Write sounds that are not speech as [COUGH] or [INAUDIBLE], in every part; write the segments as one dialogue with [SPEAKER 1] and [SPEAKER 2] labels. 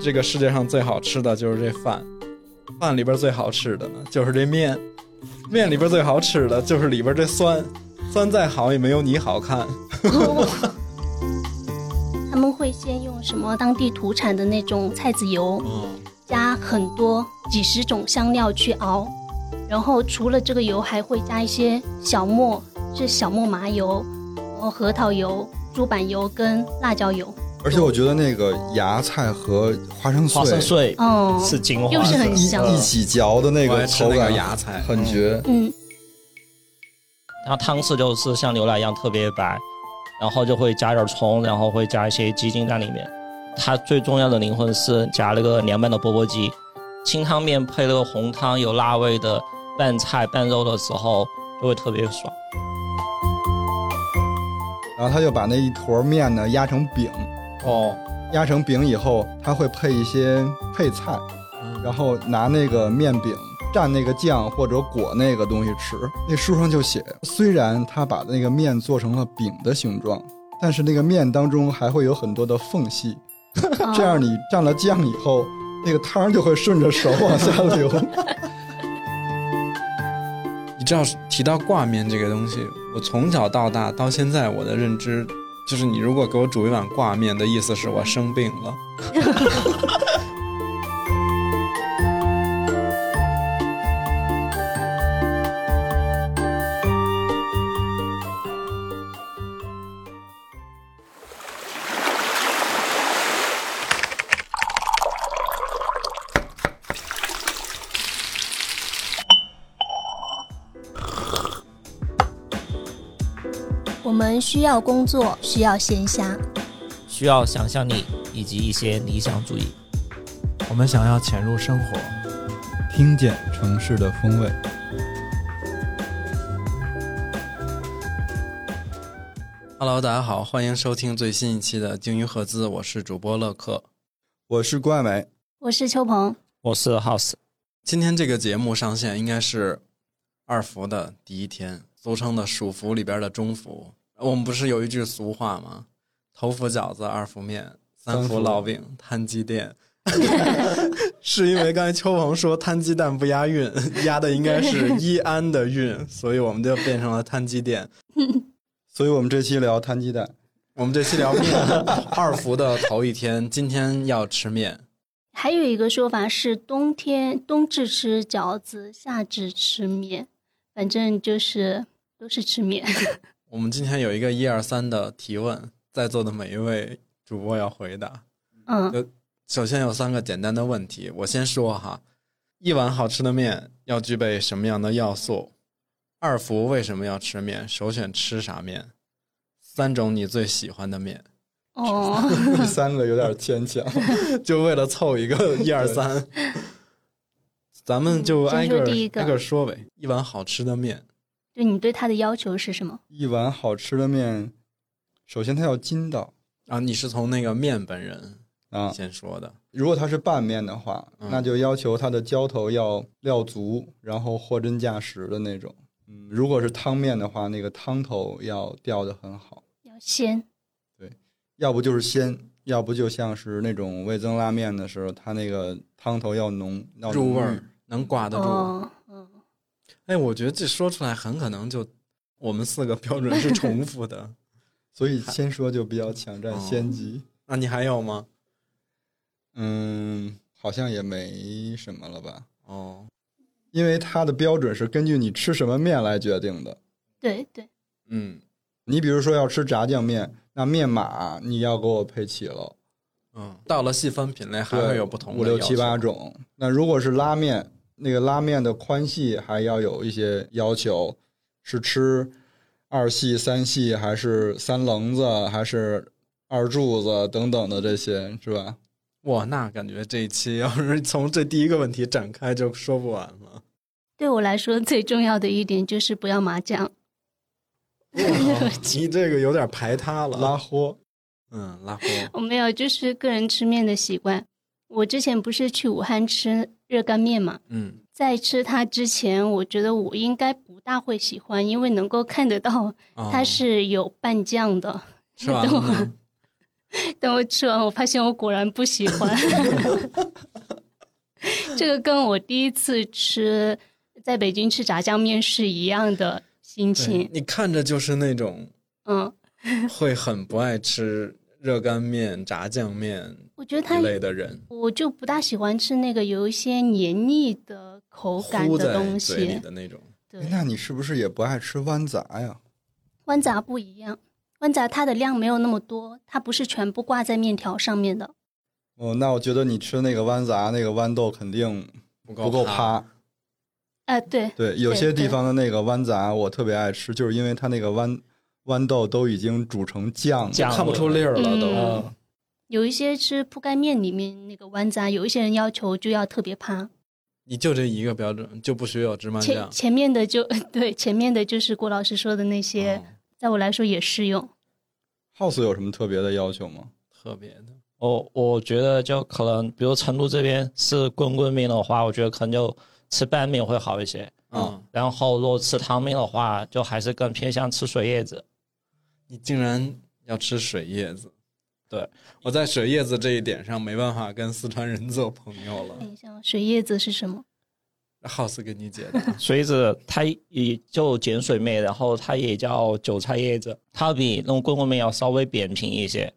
[SPEAKER 1] 这个世界上最好吃的就是这饭，饭里边最好吃的呢就是这面，面里边最好吃的就是里边这酸，酸再好也没有你好看。
[SPEAKER 2] [LAUGHS] 他们会先用什么当地土产的那种菜籽油，
[SPEAKER 1] 嗯，
[SPEAKER 2] 加很多几十种香料去熬，然后除了这个油，还会加一些小磨，是小磨麻油，然后核桃油、猪板油跟辣椒油。
[SPEAKER 3] 而且我觉得那个芽菜和花生碎
[SPEAKER 4] 花生碎
[SPEAKER 2] 哦，
[SPEAKER 4] 是精华的，
[SPEAKER 2] 又是很香
[SPEAKER 4] 嗯
[SPEAKER 3] 一起嚼的那
[SPEAKER 1] 我
[SPEAKER 3] 个
[SPEAKER 1] 爱吃
[SPEAKER 3] 口
[SPEAKER 1] 那个
[SPEAKER 3] 感
[SPEAKER 1] 芽菜，
[SPEAKER 3] 很绝。
[SPEAKER 2] 嗯，
[SPEAKER 4] 然后汤色就是像牛奶一样特别白，然后就会加点葱，然后会加一些鸡精在里面。它最重要的灵魂是加了个凉拌的钵钵鸡，清汤面配了个红汤有辣味的拌菜拌肉的时候就会特别爽。
[SPEAKER 3] 然后他就把那一坨面呢压成饼，
[SPEAKER 4] 哦，
[SPEAKER 3] 压成饼以后，他会配一些配菜，
[SPEAKER 1] 嗯
[SPEAKER 3] 然后拿那个面饼蘸那个酱或者裹那个东西吃。那书上就写，虽然他把那个面做成了饼的形状，但是那个面当中还会有很多的缝隙，
[SPEAKER 2] 嗯
[SPEAKER 3] [LAUGHS]
[SPEAKER 4] 哦
[SPEAKER 3] 这
[SPEAKER 2] 哦
[SPEAKER 3] 样你蘸了酱以后，那个汤就会顺着手往下
[SPEAKER 4] [LAUGHS]
[SPEAKER 3] 流。
[SPEAKER 1] 你知道提到挂面这个东西，我从小到大到现在我的认知就是，你如果给我煮一碗挂面的意思是我生病了。
[SPEAKER 2] 我们需要工作，需要闲暇，
[SPEAKER 4] 需要想象力以及一些理想主义。
[SPEAKER 5] 我们想要潜入生活，
[SPEAKER 3] 听见城市的风味。
[SPEAKER 1] Hello，大家好，欢迎收听最新一期的《鲸鱼赫兹》，我是主播乐克。
[SPEAKER 3] 我是郭爱美，
[SPEAKER 2] 我是秋鹏，
[SPEAKER 4] 我是 House，
[SPEAKER 1] 今天这个节目上线应该是二伏的第一天，俗称的暑伏里边的中伏。我们不是有一句俗话吗？头伏饺子，二伏面，三
[SPEAKER 3] 三
[SPEAKER 1] 伏
[SPEAKER 3] 伏
[SPEAKER 1] 烙饼，摊鸡蛋。 [LAUGHS] 是因为刚才秋鹏说摊鸡蛋不押韵， [LAUGHS] 押的应该是一安的韵，所以我们就变成了摊鸡店。
[SPEAKER 3] 所以我们这期聊摊鸡蛋。 [LAUGHS]
[SPEAKER 1] 我们这期聊面，二伏的头一天，今天要吃面。
[SPEAKER 2] 还有一个说法是冬天冬至吃饺子，夏至吃面，反正就是都是吃面。
[SPEAKER 1] 我们今天有一个一二三的提问，在座的每一位主播要回答。
[SPEAKER 2] 嗯，
[SPEAKER 1] 首先有三个简单的问题，我先说哈，一碗好吃的面要具备什么样的要素？二福为什么要吃面？首选吃啥面？三种你最喜欢的面， [LAUGHS]
[SPEAKER 2] 哦，
[SPEAKER 3] 第三个有点牵强，
[SPEAKER 1] 就为了凑一个一二三，咱们就
[SPEAKER 2] 嗯先
[SPEAKER 1] 挨个
[SPEAKER 2] 说
[SPEAKER 1] 儿
[SPEAKER 2] 第一个
[SPEAKER 1] 挨个儿说呗。一碗好吃的面，
[SPEAKER 2] [LAUGHS] 对你对他的要求是什么？
[SPEAKER 3] 一碗好吃的面，首先它要筋道
[SPEAKER 1] 啊，你是从那个面本人
[SPEAKER 3] 啊。
[SPEAKER 1] 先说的，
[SPEAKER 3] 如果它是拌面的话，
[SPEAKER 1] 嗯
[SPEAKER 3] 那就要求它的浇头要料足，然后货真价实的那种。嗯，如果是汤面的话，那个汤头要吊的很好，
[SPEAKER 2] 要鲜，
[SPEAKER 3] 要不就是鲜，要不就像是那种味增拉面的时候，它那个汤头要浓，要浓郁
[SPEAKER 1] 入味儿。能挂得住。
[SPEAKER 2] 哦，嗯，
[SPEAKER 1] 哎，我觉得这说出来很可能就我们四个标准是重复的。
[SPEAKER 3] 所以先说就比较抢占先机。
[SPEAKER 1] 那你还有吗？
[SPEAKER 3] 嗯，好像也没什么了吧，
[SPEAKER 1] 哦，
[SPEAKER 3] 因为它的标准是根据你吃什么面来决定的。
[SPEAKER 2] 对对，
[SPEAKER 1] 嗯
[SPEAKER 3] 你比如说要吃炸酱面，那面码你要给我配齐了，
[SPEAKER 1] 嗯，到了细分品类还
[SPEAKER 3] 对
[SPEAKER 1] 会有不同的
[SPEAKER 3] 五六七八
[SPEAKER 1] 要求。
[SPEAKER 3] 种。那如果是拉面，那个拉面的宽细还要有一些要求，是吃二细、三细，还是三棱子，还是二柱子等等的这些，是吧？
[SPEAKER 1] 哇，那感觉这一期要是从这第一个问题展开就说不完
[SPEAKER 2] [LAUGHS]
[SPEAKER 1] 了。
[SPEAKER 2] 对我来说最重要的一点就是不要麻酱。
[SPEAKER 1] 你这个有点排他了。
[SPEAKER 3] 拉豁，
[SPEAKER 1] 嗯，拉锅。
[SPEAKER 2] 我没有，就是个人吃面的习惯。我之前不是去武汉吃热干面嘛，
[SPEAKER 1] 嗯，
[SPEAKER 2] 在吃它之前，我觉得我应该不大会喜欢，因为能够看得到
[SPEAKER 1] 哦嗯
[SPEAKER 2] 它是有拌酱的。 [LAUGHS]
[SPEAKER 1] 吃完了吗？
[SPEAKER 2] 等我吃完，我发现我果然不喜欢。 [LAUGHS] 这个跟我第一次吃在北京吃炸酱面是一样的心
[SPEAKER 1] 对
[SPEAKER 2] 情。
[SPEAKER 1] 你看着就是那种
[SPEAKER 2] 嗯，
[SPEAKER 1] 会很不爱吃热干面、炸酱面
[SPEAKER 2] 我觉得它
[SPEAKER 1] 一类的人，
[SPEAKER 2] 我就不大喜欢吃那个有一些黏腻的口感
[SPEAKER 1] 糊
[SPEAKER 2] 的
[SPEAKER 1] 在
[SPEAKER 2] 东
[SPEAKER 1] 嘴里
[SPEAKER 2] 西。
[SPEAKER 1] 的那种。
[SPEAKER 2] 对，
[SPEAKER 3] 哎那你是不是也不爱吃豌杂呀？
[SPEAKER 2] 豌杂不一样，豌杂它的量没有那么多，它不是全部挂在面条上面的。
[SPEAKER 3] 哦，那我觉得你吃那个豌杂、那个豌豆肯定
[SPEAKER 1] 不够
[SPEAKER 3] 不够
[SPEAKER 1] 趴，
[SPEAKER 3] 趴。
[SPEAKER 2] 呃，对，
[SPEAKER 3] 对，有
[SPEAKER 2] 对
[SPEAKER 3] 些地
[SPEAKER 2] 对
[SPEAKER 3] 方的那个豌杂我特别爱吃，就是因为它那个豌豌豆都已经煮成酱了，
[SPEAKER 4] 酱
[SPEAKER 1] 看不出粒儿了都。
[SPEAKER 2] 嗯，有一些吃铺盖面里面那个豌杂，有一些人要求就要特别趴，
[SPEAKER 1] 你就这一个标准，就不许有
[SPEAKER 4] 啊
[SPEAKER 1] 芝麻
[SPEAKER 2] 前
[SPEAKER 1] 酱。
[SPEAKER 2] 前面的就 [LAUGHS] 对，前面的就是郭老师说的那些，
[SPEAKER 1] 哦
[SPEAKER 2] 在我来说也适用。
[SPEAKER 3] House 有什么特别的要求吗？
[SPEAKER 1] 特别的，
[SPEAKER 4] 我哦我觉得就可能，比如成都这边是棍棍面的话，我觉得可能就吃拌面会好一些。啊
[SPEAKER 1] 嗯，
[SPEAKER 4] 然后如果吃汤面的话，就还是更偏向吃水叶子。
[SPEAKER 1] 你竟然要吃水叶子，
[SPEAKER 4] 对
[SPEAKER 1] 我在水叶子这一点上没办法跟四川人做朋友了 [LAUGHS]
[SPEAKER 2] 等。一下，哎水叶子是什么？
[SPEAKER 1] House 给你解
[SPEAKER 4] [LAUGHS]
[SPEAKER 1] 答，
[SPEAKER 4] 水叶子它也就碱水面，然后它也叫韭菜叶子，它比那种棍棍面要稍微扁平一些。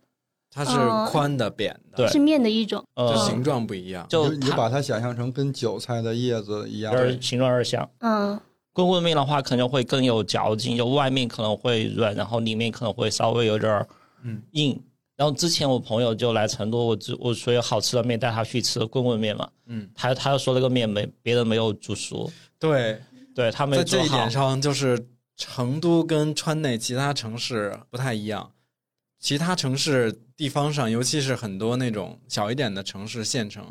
[SPEAKER 1] 它是宽的、扁的，
[SPEAKER 4] 对
[SPEAKER 2] 是面的一种。嗯
[SPEAKER 4] 呃
[SPEAKER 1] 就，形状不一样。
[SPEAKER 4] 就
[SPEAKER 3] 你就
[SPEAKER 4] 它
[SPEAKER 3] 把它想象成跟韭菜的叶子一样，
[SPEAKER 4] 而形状而像。
[SPEAKER 2] 嗯，
[SPEAKER 4] 棍棍面的话，可能会更有嚼劲，就外面可能会软，然后里面可能会稍微有点儿
[SPEAKER 1] 嗯
[SPEAKER 4] 硬。然后之前我朋友就来成都，我只我所有好吃的面带他去吃棍棍面嘛，
[SPEAKER 1] 嗯，
[SPEAKER 4] 他他就说那个面没别人没有煮熟，
[SPEAKER 1] 对，
[SPEAKER 4] 对他没有
[SPEAKER 1] 在
[SPEAKER 4] 做
[SPEAKER 1] 这一
[SPEAKER 4] 好
[SPEAKER 1] 点，上，就是成都跟川内其他城市不太一样。其他城市地方上，尤其是很多那种小一点的城市、县城，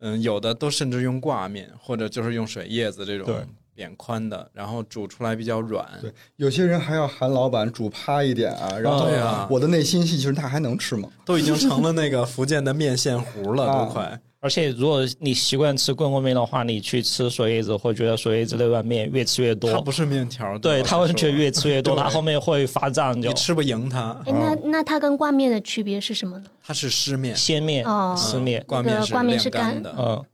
[SPEAKER 1] 嗯，有的都甚至用挂面，或者就是用水叶子这
[SPEAKER 3] 对
[SPEAKER 1] 种扁宽的，然后煮出来比较软。
[SPEAKER 3] 对有些人还要喊老板煮趴一点啊，然后
[SPEAKER 1] 对啊
[SPEAKER 3] 我的内心戏就是那还能吃吗？
[SPEAKER 1] 都已经成了那个福建的面线糊
[SPEAKER 4] [LAUGHS]
[SPEAKER 1] 了，
[SPEAKER 3] 啊
[SPEAKER 1] 都快。
[SPEAKER 4] 而且如果你习惯吃棍棍面的话，你去吃水叶子会觉得哎水叶子那碗面越吃越
[SPEAKER 1] 它
[SPEAKER 4] 多
[SPEAKER 1] 不，是面条，
[SPEAKER 4] 对他
[SPEAKER 1] 他
[SPEAKER 4] 会觉得越吃越多，
[SPEAKER 1] [LAUGHS] 对
[SPEAKER 4] 他后面会发胀就
[SPEAKER 1] 你吃不赢它，
[SPEAKER 2] 哎，那那它跟挂面的区别是什么呢？
[SPEAKER 1] 它是湿面，啊
[SPEAKER 4] 鲜面
[SPEAKER 2] 哦
[SPEAKER 4] 湿面，
[SPEAKER 1] 挂面
[SPEAKER 2] 那个挂面
[SPEAKER 1] 是
[SPEAKER 2] 是
[SPEAKER 1] 晾
[SPEAKER 2] 干
[SPEAKER 1] 的。
[SPEAKER 4] 嗯，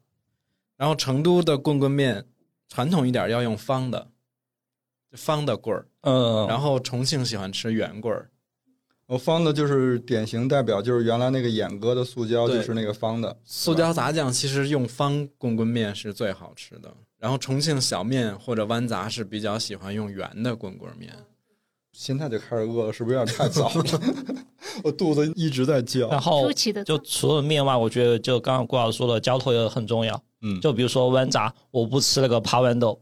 [SPEAKER 1] 然后成都的棍棍面传统一点要用方的，方的棍儿。
[SPEAKER 4] 嗯，
[SPEAKER 1] 然后重庆喜欢吃圆棍儿，
[SPEAKER 3] 我方的就是典型代表，就是原来那个眼哥的塑胶
[SPEAKER 1] 对
[SPEAKER 3] 就是那个方的，
[SPEAKER 1] 塑胶杂酱其实用方棍棍面是最好吃的。然后重庆小面或者豌杂是比较喜欢用圆的棍棍面。
[SPEAKER 3] 现在就开始饿了，是不是有点太早了？ [LAUGHS] 我肚子一直在
[SPEAKER 4] 然
[SPEAKER 1] 啊
[SPEAKER 3] 叫。
[SPEAKER 4] 后
[SPEAKER 2] 出奇的
[SPEAKER 4] 就除了面外，我觉得就刚刚郭老师说的，浇头也很重要。
[SPEAKER 3] 嗯，
[SPEAKER 4] 就比如说豌杂，我不吃那个扒豌豆，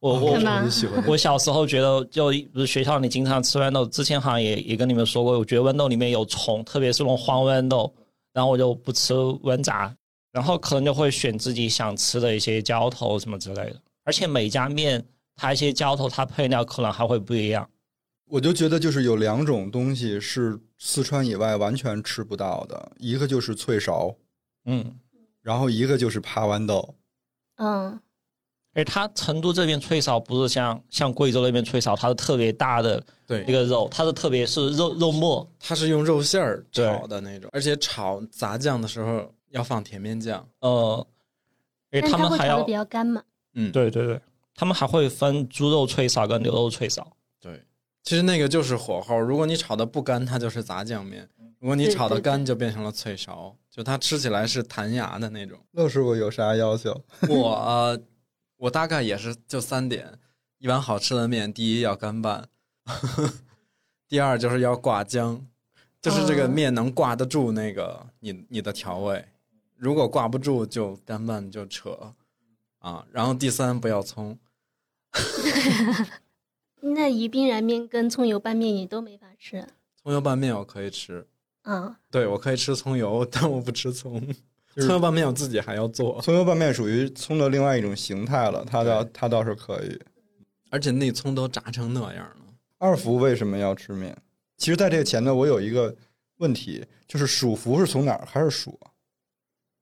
[SPEAKER 4] 我
[SPEAKER 2] 干嘛
[SPEAKER 4] 我
[SPEAKER 3] 很喜欢
[SPEAKER 4] 我小时候觉得，就不是学校里经常吃豌豆，之前好像也也跟你们说过，我觉得豌豆里面有虫，特别是那种黄豌豆，然后我就不吃豌杂，然后可能就会选自己想吃的一些浇头什么之类的。而且每家面它一些浇头，它配料可能还会不一样。
[SPEAKER 3] 我就觉得就是有两种东西是四川以外完全吃不到的，一个就是脆苕，
[SPEAKER 4] 嗯，
[SPEAKER 3] 然后一个就是扒豌豆。
[SPEAKER 2] 嗯，
[SPEAKER 4] 而它成都这边脆苕不是像像贵州那边脆苕，它是特别大的
[SPEAKER 1] 对
[SPEAKER 4] 那，个肉，它是特别是肉肉末，
[SPEAKER 1] 它是用肉馅儿
[SPEAKER 4] 对
[SPEAKER 1] 炒的那种，而且炒杂酱的时候要放甜面酱。
[SPEAKER 4] 呃，因为
[SPEAKER 2] 但
[SPEAKER 4] 他
[SPEAKER 2] 它
[SPEAKER 4] 们
[SPEAKER 2] 会
[SPEAKER 4] 还
[SPEAKER 2] 炒
[SPEAKER 4] 要
[SPEAKER 2] 的比较干嘛？
[SPEAKER 1] 嗯，
[SPEAKER 4] 对对对，他们还会分猪肉脆苕跟牛肉脆苕。
[SPEAKER 1] 对，其实那个就是火候。如果你炒的不干，它就是杂酱面；如果你
[SPEAKER 2] 对
[SPEAKER 1] 炒的
[SPEAKER 2] 对
[SPEAKER 1] 干，就变成了脆勺，就它吃起来是弹牙的那种。
[SPEAKER 3] 乐师傅有啥要求？
[SPEAKER 1] [LAUGHS] 我、呃我大概也是就三点：一碗好吃的面，第一要干拌， [LAUGHS] 第二就是要挂浆，就是这个
[SPEAKER 2] 哦
[SPEAKER 1] 面能挂得住那个你你的调味，如果挂不住就干拌就扯啊。然后第三不要葱，
[SPEAKER 2] 那宜宾燃面跟葱油拌面你都没法吃。啊
[SPEAKER 1] 葱油拌面我可以吃，
[SPEAKER 2] 嗯，
[SPEAKER 1] 对，我可以吃葱油，但我不吃葱。
[SPEAKER 3] 就是
[SPEAKER 1] 葱油拌面我自己还要做，
[SPEAKER 3] 葱油拌面属于葱的另外一种形态了，它倒
[SPEAKER 1] 对
[SPEAKER 3] 它倒是可以。
[SPEAKER 1] 而且那葱都炸成那样了。
[SPEAKER 3] 二福为什么要吃面？其实，在这个前头，我有一个问题，就是数福是从哪儿开始数啊？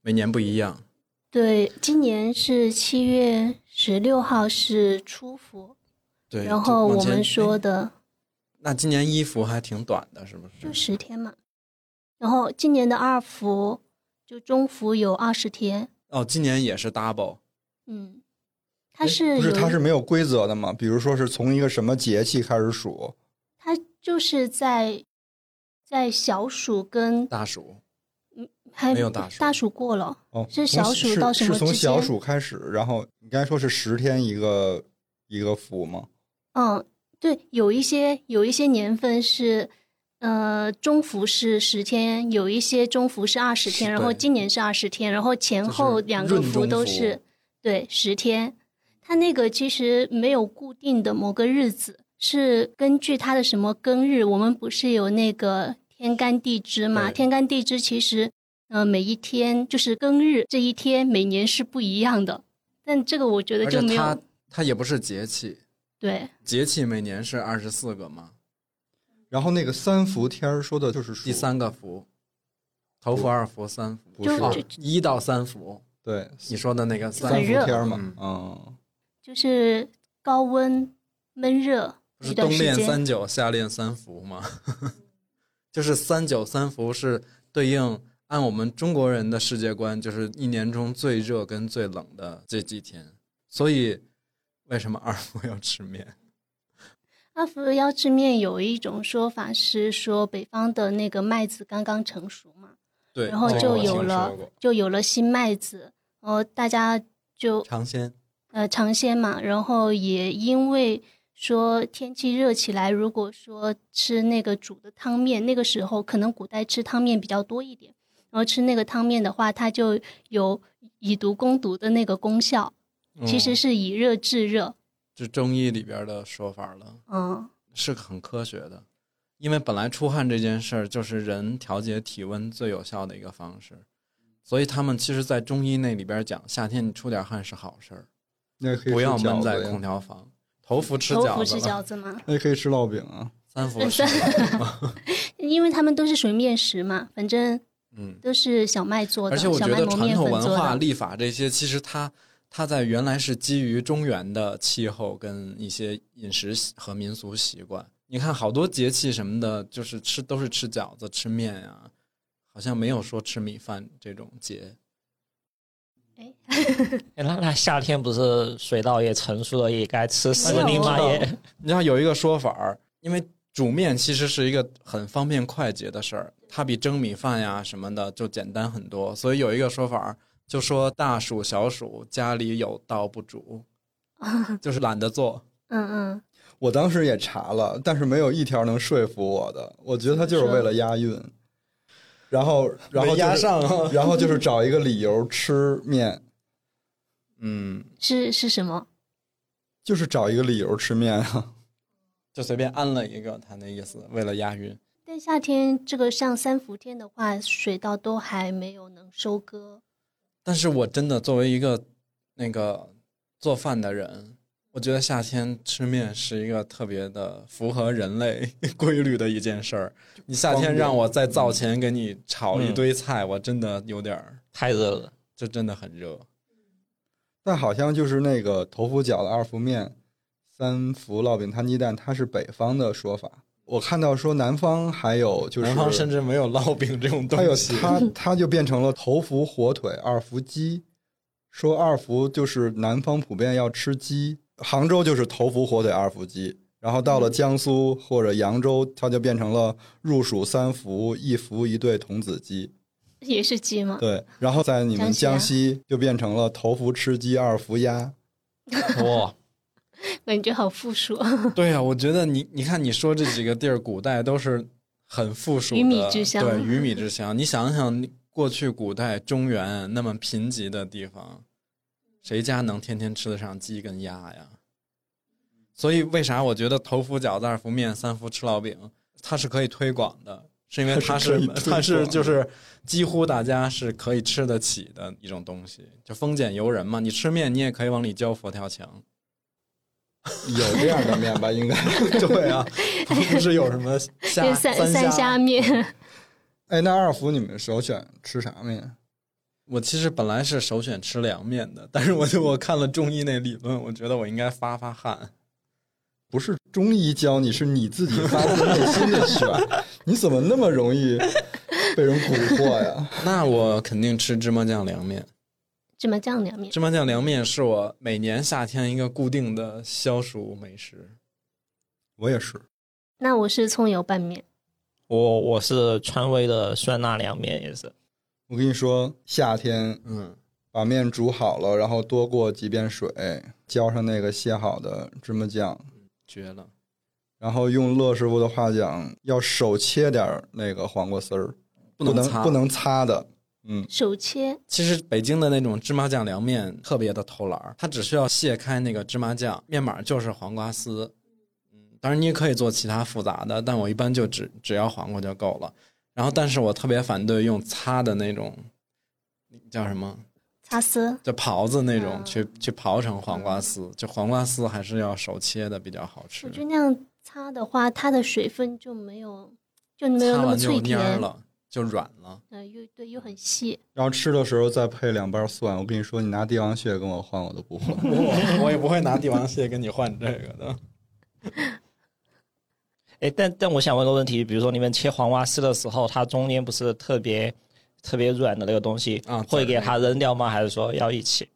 [SPEAKER 1] 每年不一样，
[SPEAKER 2] 对，今年是七月十六号是初伏，
[SPEAKER 1] 对。
[SPEAKER 2] 然后
[SPEAKER 1] 就往
[SPEAKER 2] 我
[SPEAKER 1] 前
[SPEAKER 2] 们说
[SPEAKER 1] 哎
[SPEAKER 2] 的
[SPEAKER 1] 那今年衣服还挺短的，是不？
[SPEAKER 2] 就是十天嘛。然后今年的二伏就中伏有二十天，
[SPEAKER 1] 哦，今年也是 double，
[SPEAKER 2] 嗯，它是
[SPEAKER 3] 不是
[SPEAKER 2] 有
[SPEAKER 3] 它是没有规则的嘛？比如说是从一个什么节气开始数，
[SPEAKER 2] 它就是在在小暑跟
[SPEAKER 1] 大暑
[SPEAKER 2] 还
[SPEAKER 1] 没有大暑
[SPEAKER 2] 大暑过了，
[SPEAKER 3] 哦，
[SPEAKER 2] 是
[SPEAKER 3] 从
[SPEAKER 2] 小暑
[SPEAKER 3] 是
[SPEAKER 2] 到什么
[SPEAKER 3] 是从
[SPEAKER 2] 之
[SPEAKER 3] 小
[SPEAKER 2] 间
[SPEAKER 3] 暑开始，然后你刚才说是十天一个一个伏吗？
[SPEAKER 2] 嗯，对，有一些有一些年份是，呃，中伏是十天，有一些中伏是二十天，然后
[SPEAKER 1] 对
[SPEAKER 2] 今年是二十天，然后前
[SPEAKER 1] 就是
[SPEAKER 2] 后两个
[SPEAKER 1] 闰
[SPEAKER 2] 伏
[SPEAKER 1] 中
[SPEAKER 2] 都
[SPEAKER 1] 伏
[SPEAKER 2] 是对十天。它那个其实没有固定的某个日子，是根据它的什么庚日。我们不是有那个天干地支嘛？
[SPEAKER 1] 对
[SPEAKER 2] 天干地支其实，呃，每一天就是庚日这一天，每年是不一样的。但这个我觉得
[SPEAKER 1] 而
[SPEAKER 2] 就
[SPEAKER 1] 且
[SPEAKER 2] 没
[SPEAKER 1] 它
[SPEAKER 2] 有
[SPEAKER 1] 它也不是节气，
[SPEAKER 2] 对
[SPEAKER 1] 节气每年是二十四个嘛，
[SPEAKER 3] 然后那个三伏天儿说的就是暑
[SPEAKER 1] 第三个伏，头伏、二伏、三伏，
[SPEAKER 3] 不是
[SPEAKER 2] 就
[SPEAKER 1] 哦
[SPEAKER 2] 就
[SPEAKER 1] 一到三伏，
[SPEAKER 3] 对
[SPEAKER 1] 你说的那个
[SPEAKER 2] 就
[SPEAKER 1] 三
[SPEAKER 2] 很
[SPEAKER 1] 伏
[SPEAKER 3] 三伏
[SPEAKER 2] 热
[SPEAKER 3] 天儿嘛，
[SPEAKER 1] 嗯
[SPEAKER 3] 嗯，
[SPEAKER 2] 就是高温闷热
[SPEAKER 1] 不
[SPEAKER 2] 一
[SPEAKER 1] 是
[SPEAKER 2] 段
[SPEAKER 1] 冬
[SPEAKER 2] 时
[SPEAKER 1] 练三
[SPEAKER 2] 间。
[SPEAKER 1] 九，夏练三伏吗？ [LAUGHS] 就是三九三伏是对应按我们中国人的世界观，就是一年中最热跟最冷的这几天。所以为什么二 [LAUGHS] 伏要吃面？
[SPEAKER 2] 阿福腰制面有一种说法是说北方的那个麦子刚刚成熟嘛，
[SPEAKER 1] 对，
[SPEAKER 2] 然后
[SPEAKER 1] 这个
[SPEAKER 2] 就
[SPEAKER 1] 我听
[SPEAKER 2] 有
[SPEAKER 1] 说
[SPEAKER 2] 了
[SPEAKER 1] 过
[SPEAKER 2] 就有了新麦子，然后大家就
[SPEAKER 1] 尝鲜。
[SPEAKER 2] 呃尝鲜嘛，然后也因为说天气热起来，如果说吃那个煮的汤面，那个时候可能古代吃汤面比较多一点，然后吃那个汤面的话，它就有以毒攻毒的那个功效，其实
[SPEAKER 1] 嗯
[SPEAKER 2] 是以热制热，
[SPEAKER 1] 就中医里边的说法了，
[SPEAKER 2] 嗯。
[SPEAKER 1] 是很科学的。因为本来出汗这件事儿就是人调节体温最有效的一个方式，所以他们其实，在中医那里边讲，夏天你出点汗是好事儿。
[SPEAKER 3] 那可以
[SPEAKER 1] 不
[SPEAKER 3] 吃
[SPEAKER 1] 要
[SPEAKER 3] 饺
[SPEAKER 1] 闷
[SPEAKER 3] 子
[SPEAKER 1] 在
[SPEAKER 3] 呀
[SPEAKER 1] 空调房，头伏吃
[SPEAKER 2] 头
[SPEAKER 1] 饺
[SPEAKER 2] 伏
[SPEAKER 1] 子
[SPEAKER 2] 吃
[SPEAKER 1] 了，
[SPEAKER 2] 饺子吗？
[SPEAKER 3] 那可以吃烙饼啊。
[SPEAKER 1] 三伏吃
[SPEAKER 2] [LAUGHS]
[SPEAKER 1] 饺子
[SPEAKER 2] 因为他们都是属于面食嘛，反正
[SPEAKER 1] 嗯，
[SPEAKER 2] 都是小麦做的，
[SPEAKER 1] 而且我
[SPEAKER 2] 小
[SPEAKER 1] 觉
[SPEAKER 2] 麦
[SPEAKER 1] 得
[SPEAKER 2] 磨
[SPEAKER 1] 传
[SPEAKER 2] 面
[SPEAKER 1] 统
[SPEAKER 2] 粉
[SPEAKER 1] 文
[SPEAKER 2] 做
[SPEAKER 1] 化、
[SPEAKER 2] 的。
[SPEAKER 1] 历法这些，其实它它在原来是基于中原的气候跟一些饮食习和民俗习惯。你看，好多节气什么的，就是吃都是吃饺子、吃面呀、好像没有说吃米饭这种节。
[SPEAKER 4] 哎那那夏天不是水稻也成熟了，也该吃
[SPEAKER 2] 没
[SPEAKER 4] 丝
[SPEAKER 2] 有啊
[SPEAKER 4] 粒吗？也
[SPEAKER 1] 你知道有一个说法儿，因为煮面其实是一个很方便快捷的事儿，它比蒸米饭呀什么的就简单很多。所以有一个说法儿，就说大暑小暑家里有道不
[SPEAKER 2] [LAUGHS]
[SPEAKER 1] 煮，就是懒得做。
[SPEAKER 2] 嗯嗯，
[SPEAKER 3] 我当时也查了，但是没有一条能说服我的。我觉得他就是为了押韵，然后然后
[SPEAKER 1] 没押
[SPEAKER 3] 就是
[SPEAKER 1] 上啊
[SPEAKER 3] 然后就是找一个理由吃面，
[SPEAKER 1] 嗯，
[SPEAKER 2] 是是什么？
[SPEAKER 3] 就是找一个理由吃面啊。
[SPEAKER 1] 就随便安了一个，他那意思为了押韵。
[SPEAKER 2] 但夏天这个像三伏天的话，水稻都还没有能收割。
[SPEAKER 1] 但是我真的作为一个那个做饭的人，我觉得夏天吃面是一个特别的符合人类 [LAUGHS] 规律的一件事儿。你夏天让我
[SPEAKER 3] 嗯
[SPEAKER 1] 在灶前给你炒一堆菜，我真的有点儿，
[SPEAKER 4] 太热了。
[SPEAKER 1] 这真的很热。
[SPEAKER 3] 但好像就是那个头伏饺子、二伏面、三伏烙饼、摊鸡蛋，它是北方的说法。我看到说南方还有就是
[SPEAKER 1] 南方甚至没有烙饼这种
[SPEAKER 3] 它有
[SPEAKER 1] 东西。
[SPEAKER 3] 它它就变成了头伏火腿，二伏鸡。说二伏就是南方普遍要吃鸡，杭州就是头伏火腿二伏鸡，然后
[SPEAKER 1] 嗯
[SPEAKER 3] 到了江苏或者扬州，它就变成了入暑三伏一伏一对童子鸡。
[SPEAKER 2] 也是鸡吗？
[SPEAKER 3] 对，然后在你们江
[SPEAKER 2] 江
[SPEAKER 3] 西啊就变成了头伏吃鸡，二伏鸭。
[SPEAKER 4] 哇，
[SPEAKER 2] 感觉好附属，
[SPEAKER 3] [LAUGHS]
[SPEAKER 1] 对呀、我觉得你你看你说这几个地儿，古代都是很富庶的，
[SPEAKER 2] 鱼米之乡
[SPEAKER 1] 对，鱼米之乡。你想想，你过去古代中原那么贫瘠的地方，谁家能天天吃得上鸡跟鸭呀？所以为啥我觉得头伏饺子、二伏面、三伏吃烙饼，它是可以推广的，是因为它
[SPEAKER 3] 它是可
[SPEAKER 1] 是
[SPEAKER 3] 以推广的
[SPEAKER 1] 它是就是几乎大家是可以吃得起的一种东西，就丰俭由人嘛。你吃面，你也可以往里浇佛跳墙。
[SPEAKER 3] 有这样的面吧？应该
[SPEAKER 1] [LAUGHS]
[SPEAKER 3] 对啊。
[SPEAKER 1] 不是有什么虾嗯
[SPEAKER 2] [LAUGHS] 就三
[SPEAKER 1] 三
[SPEAKER 2] 虾面。
[SPEAKER 3] [LAUGHS] 哎，那二伏你们首选吃啥面？
[SPEAKER 1] 我其实本来是首选吃凉面的，但是我就我看了中医那理论，我觉得我应该发发汗。
[SPEAKER 3] 不是中医教你，是你自己发自内心的选。你怎么那么容易被人蛊惑呀。
[SPEAKER 1] [LAUGHS] 那我肯定吃芝麻酱凉面。
[SPEAKER 2] 芝麻酱凉面。
[SPEAKER 1] 芝麻酱凉面是我每年夏天一个固定的消暑美食。
[SPEAKER 3] [LAUGHS] 我也是，
[SPEAKER 2] 那我是葱油拌面，
[SPEAKER 4] 我我是川味的酸辣凉面，也是。
[SPEAKER 3] 我跟你说，夏天
[SPEAKER 1] 嗯，
[SPEAKER 3] 把面煮好了，然后多过几遍水，浇上那个卸好的芝麻酱，
[SPEAKER 1] 绝了。
[SPEAKER 3] 然后用乐师傅的话讲，要手切点儿那个黄瓜丝儿，
[SPEAKER 1] 不
[SPEAKER 3] 不
[SPEAKER 1] 能擦
[SPEAKER 3] 不能擦的。嗯，
[SPEAKER 2] 手切
[SPEAKER 1] 其实北京的那种芝麻酱凉面特别的偷懒儿，它只需要卸开那个芝麻酱，面码就是黄瓜丝。嗯，当然你也可以做其他复杂的，但我一般就只只要黄瓜就够了。然后，但是我特别反对用擦的那种，叫什么？
[SPEAKER 2] 擦丝，
[SPEAKER 1] 就刨子那种
[SPEAKER 2] 嗯
[SPEAKER 1] 去去刨成黄瓜丝，就黄瓜丝还是要手切的比较好吃
[SPEAKER 2] 我。觉得那样擦的话，它的水分就没有就没有
[SPEAKER 1] 擦
[SPEAKER 2] 那么
[SPEAKER 1] 完就
[SPEAKER 2] 脆
[SPEAKER 1] 蔫儿
[SPEAKER 2] 甜，
[SPEAKER 1] 了，就软了。
[SPEAKER 2] 呃，又对又很细。
[SPEAKER 3] 然后吃的时候再配两瓣蒜。我跟你说，你拿帝王蟹跟我换，我都不换。
[SPEAKER 1] 我我也不会拿帝王蟹跟你换这个的。
[SPEAKER 4] 哎，但但我想问个问题，比如说你们切黄瓜丝的时候，它中间不是特别特别软的那个东西，
[SPEAKER 1] 啊
[SPEAKER 4] 会
[SPEAKER 1] 籽儿
[SPEAKER 4] 给
[SPEAKER 1] 那
[SPEAKER 4] 它扔掉吗？还是说要一起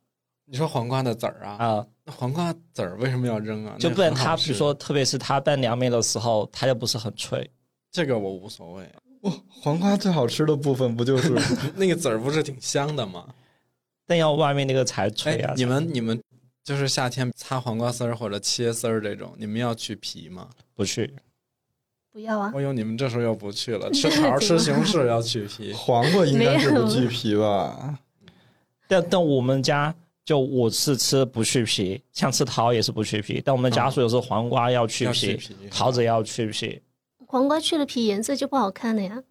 [SPEAKER 1] 你说黄瓜的籽儿啊？
[SPEAKER 4] 啊？
[SPEAKER 1] 那黄瓜籽儿为什么要扔啊？
[SPEAKER 4] 就
[SPEAKER 1] 那
[SPEAKER 4] 不然
[SPEAKER 1] 很好
[SPEAKER 4] 它，
[SPEAKER 1] 吃
[SPEAKER 4] 比如说特别是它拌凉面的时候，它就不是很脆。
[SPEAKER 1] 这个我无所谓，
[SPEAKER 3] 哇，黄瓜最好吃的部分不就是
[SPEAKER 1] 那个籽儿不是挺香的吗？
[SPEAKER 4] 但要外面那个才脆
[SPEAKER 1] 哎
[SPEAKER 4] 啊！，
[SPEAKER 1] 你们你们就是夏天擦黄瓜丝儿或者切丝儿这种，你们要去皮吗？
[SPEAKER 4] 不去，
[SPEAKER 2] 不要啊，
[SPEAKER 1] 哎呦，你们这时候又不去了，吃
[SPEAKER 4] [LAUGHS]
[SPEAKER 1] 桃儿吃西红柿要去皮。
[SPEAKER 3] 黄瓜？应该是不去皮吧？
[SPEAKER 4] 但但我们家就我是吃不去皮，像吃桃也是不去皮，但我们家
[SPEAKER 1] 嗯
[SPEAKER 4] 属有时候黄瓜要去
[SPEAKER 1] 要去
[SPEAKER 4] 皮，
[SPEAKER 1] 皮啊是吧
[SPEAKER 4] 桃子要去皮。
[SPEAKER 2] 黄瓜去了皮，颜色就不好看了呀。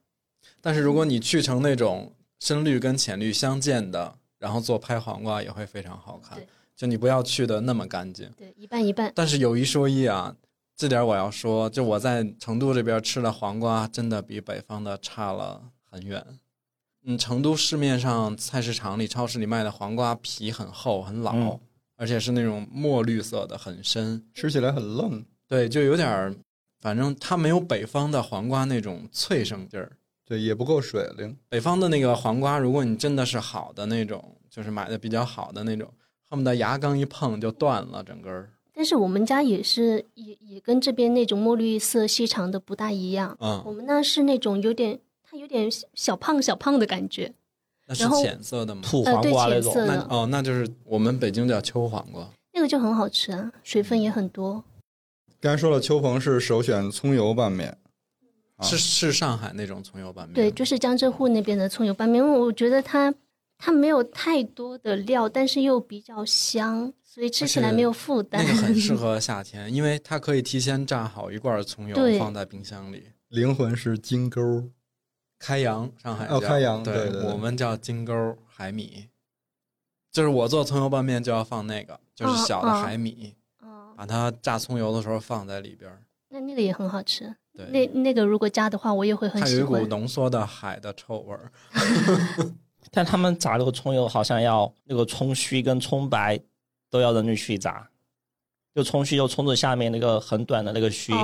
[SPEAKER 1] 但是如果你去成那种深绿跟浅绿相间的，然后做拍黄瓜也会非常好看
[SPEAKER 2] 对。
[SPEAKER 1] 就你不要去的那么干净。
[SPEAKER 2] 对，一半一半。
[SPEAKER 1] 但是有一说一啊，这点我要说，就我在成都这边吃的黄瓜，真的比北方的差了很远。嗯，成都市面上菜市场里、超市里卖的黄瓜皮很厚、很老，
[SPEAKER 4] 嗯
[SPEAKER 1] 而且是那种墨绿色的，很深。
[SPEAKER 3] 吃起来很愣。
[SPEAKER 1] 对，就有点儿，反正它没有北方的黄瓜那种脆生劲儿。
[SPEAKER 3] 对，也不够水灵。
[SPEAKER 1] 北方的那个黄瓜，如果你真的是好的那种，就是买的比较好的那种，恨不得牙刚一碰就断了整根儿。
[SPEAKER 2] 但是我们家也是，也也跟这边那种墨绿色细长的不大一样。我
[SPEAKER 1] 嗯，
[SPEAKER 2] 们那是那种有点，它有点小胖小胖的感觉，
[SPEAKER 1] 那是
[SPEAKER 2] 然后
[SPEAKER 1] 浅色的吗？
[SPEAKER 4] 土
[SPEAKER 2] 呃，
[SPEAKER 4] 黄
[SPEAKER 2] 对，
[SPEAKER 4] 瓜那
[SPEAKER 2] 浅
[SPEAKER 4] 种，
[SPEAKER 2] 色
[SPEAKER 1] 那
[SPEAKER 2] 的，
[SPEAKER 1] 哦，那就是我们北京叫秋黄瓜。
[SPEAKER 2] 那个就很好吃啊，水分也很多。
[SPEAKER 3] 刚才说了，秋鹏是首选葱油拌面，啊
[SPEAKER 1] 是是上海那种葱油拌面，
[SPEAKER 2] 对，就是江浙沪那边的葱油拌面，因为我觉得它它没有太多的料，但是又比较香，所以吃起来没有负
[SPEAKER 1] 那
[SPEAKER 2] 担。
[SPEAKER 1] 个很
[SPEAKER 2] [LAUGHS]
[SPEAKER 1] 适合夏天，因为它可以提前炸好一罐葱油
[SPEAKER 2] 对，
[SPEAKER 1] 放在冰箱里。
[SPEAKER 3] 灵魂是金钩。
[SPEAKER 1] 开洋，上海叫
[SPEAKER 3] 哦开洋
[SPEAKER 1] 对
[SPEAKER 3] 对对对
[SPEAKER 1] 我们叫金钩海米，就是我做葱油拌面就要放那个，就是小的
[SPEAKER 2] 哦哦
[SPEAKER 1] 海米，
[SPEAKER 2] 哦，
[SPEAKER 1] 把它炸葱油的时候放在里边儿。
[SPEAKER 2] 那那个也很好吃。那
[SPEAKER 1] 对，
[SPEAKER 2] 那个如果加的话，我也会很
[SPEAKER 1] 它有
[SPEAKER 2] 喜
[SPEAKER 1] 一股
[SPEAKER 2] 欢。
[SPEAKER 1] 浓缩的海的臭味儿。
[SPEAKER 4] 但他们炸那个葱油好像要那个葱须跟葱白都要扔进去炸，就葱须就葱子下面那个很短的那个须，
[SPEAKER 2] 哦
[SPEAKER 1] 嗯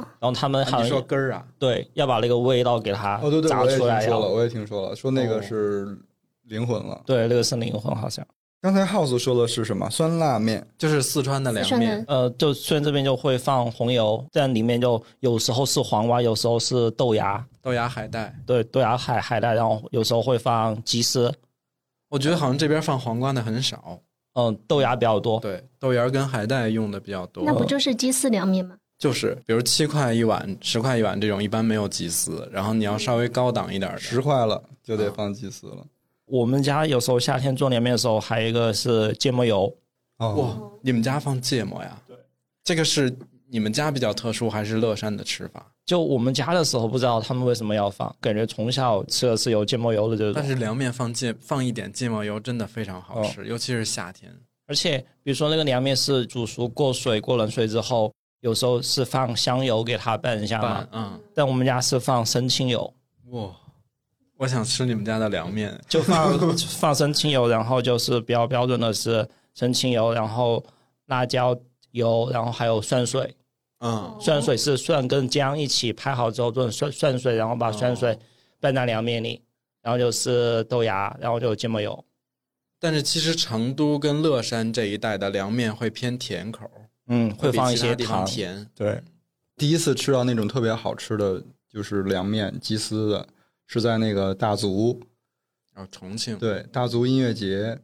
[SPEAKER 2] 哦，
[SPEAKER 4] 然后他们好
[SPEAKER 1] 你说
[SPEAKER 4] 像
[SPEAKER 1] 根儿啊？
[SPEAKER 4] 对要把那个味道给它
[SPEAKER 3] 哦，对对，
[SPEAKER 4] 啊炸
[SPEAKER 3] 我也
[SPEAKER 4] 出
[SPEAKER 3] 听
[SPEAKER 4] 来，
[SPEAKER 3] 说
[SPEAKER 4] 然
[SPEAKER 3] 了，
[SPEAKER 4] 后
[SPEAKER 3] 我也听说了，说那个
[SPEAKER 1] 哦
[SPEAKER 3] 是灵魂了。
[SPEAKER 4] 对那个是灵魂好像。
[SPEAKER 3] 刚才 House 说的是什么？酸辣面。
[SPEAKER 1] 就是四川的
[SPEAKER 2] 四
[SPEAKER 1] 凉
[SPEAKER 2] 川
[SPEAKER 1] 面
[SPEAKER 2] 的，
[SPEAKER 4] 呃，就虽然这边就会放红油，但里面就有时候是黄瓜，有时候是豆芽，
[SPEAKER 1] 豆芽海带，
[SPEAKER 4] 对豆芽海海带，然后有时候会放鸡丝，
[SPEAKER 1] 我觉得好像这边放黄瓜的很少。
[SPEAKER 4] 嗯，豆芽比较多。
[SPEAKER 1] 对，豆芽儿跟海带用的比较多。
[SPEAKER 2] 那不就是鸡丝凉面吗？
[SPEAKER 1] 就是比如七块一碗、十块一碗这种，一般没有鸡丝。然后你要稍微高档一点的，
[SPEAKER 3] 十块了就得放鸡丝了。
[SPEAKER 4] 我们家有时候夏天做凉面的时候，还有一个是芥末油，
[SPEAKER 1] 哇
[SPEAKER 3] 哦，，
[SPEAKER 1] 你们家放芥末呀？对，这个是你们家比较特殊，还是乐山的吃法？
[SPEAKER 4] 就我们家的时候，不知道他们为什么要放，感觉从小吃的是有芥末油的这哦
[SPEAKER 1] 但
[SPEAKER 4] 种。
[SPEAKER 1] 是凉面放芥放一点芥末油真的非常好吃，尤其是夏天。
[SPEAKER 4] 而且比如说那个凉面是煮熟过水、过冷水之后，有时候是放香油给它拌一下嘛
[SPEAKER 1] 拌，嗯，
[SPEAKER 4] 但我们家是放生清油，
[SPEAKER 1] 哇，我想吃你们家的凉面。
[SPEAKER 4] 就放放生清油，然后就是比较标准的是生清油，然后辣椒油，然后还有蒜水，
[SPEAKER 1] 嗯，
[SPEAKER 2] 哦
[SPEAKER 4] 蒜水是蒜跟姜一起拍好之后炖蒜蒜水，然后把蒜水。拌在凉面里，然后就是豆芽，然后就芥末油。
[SPEAKER 1] 但是其实成都跟乐山这一带的凉面会偏甜口，
[SPEAKER 4] 嗯，会
[SPEAKER 1] 比
[SPEAKER 4] 放一
[SPEAKER 1] 其他
[SPEAKER 4] 些
[SPEAKER 1] 地方
[SPEAKER 4] 糖。
[SPEAKER 1] 甜。
[SPEAKER 3] 对，第一次吃到那种特别好吃的就是凉面鸡丝的，是在那个大足，
[SPEAKER 1] 然后重庆
[SPEAKER 3] 对，大足音乐节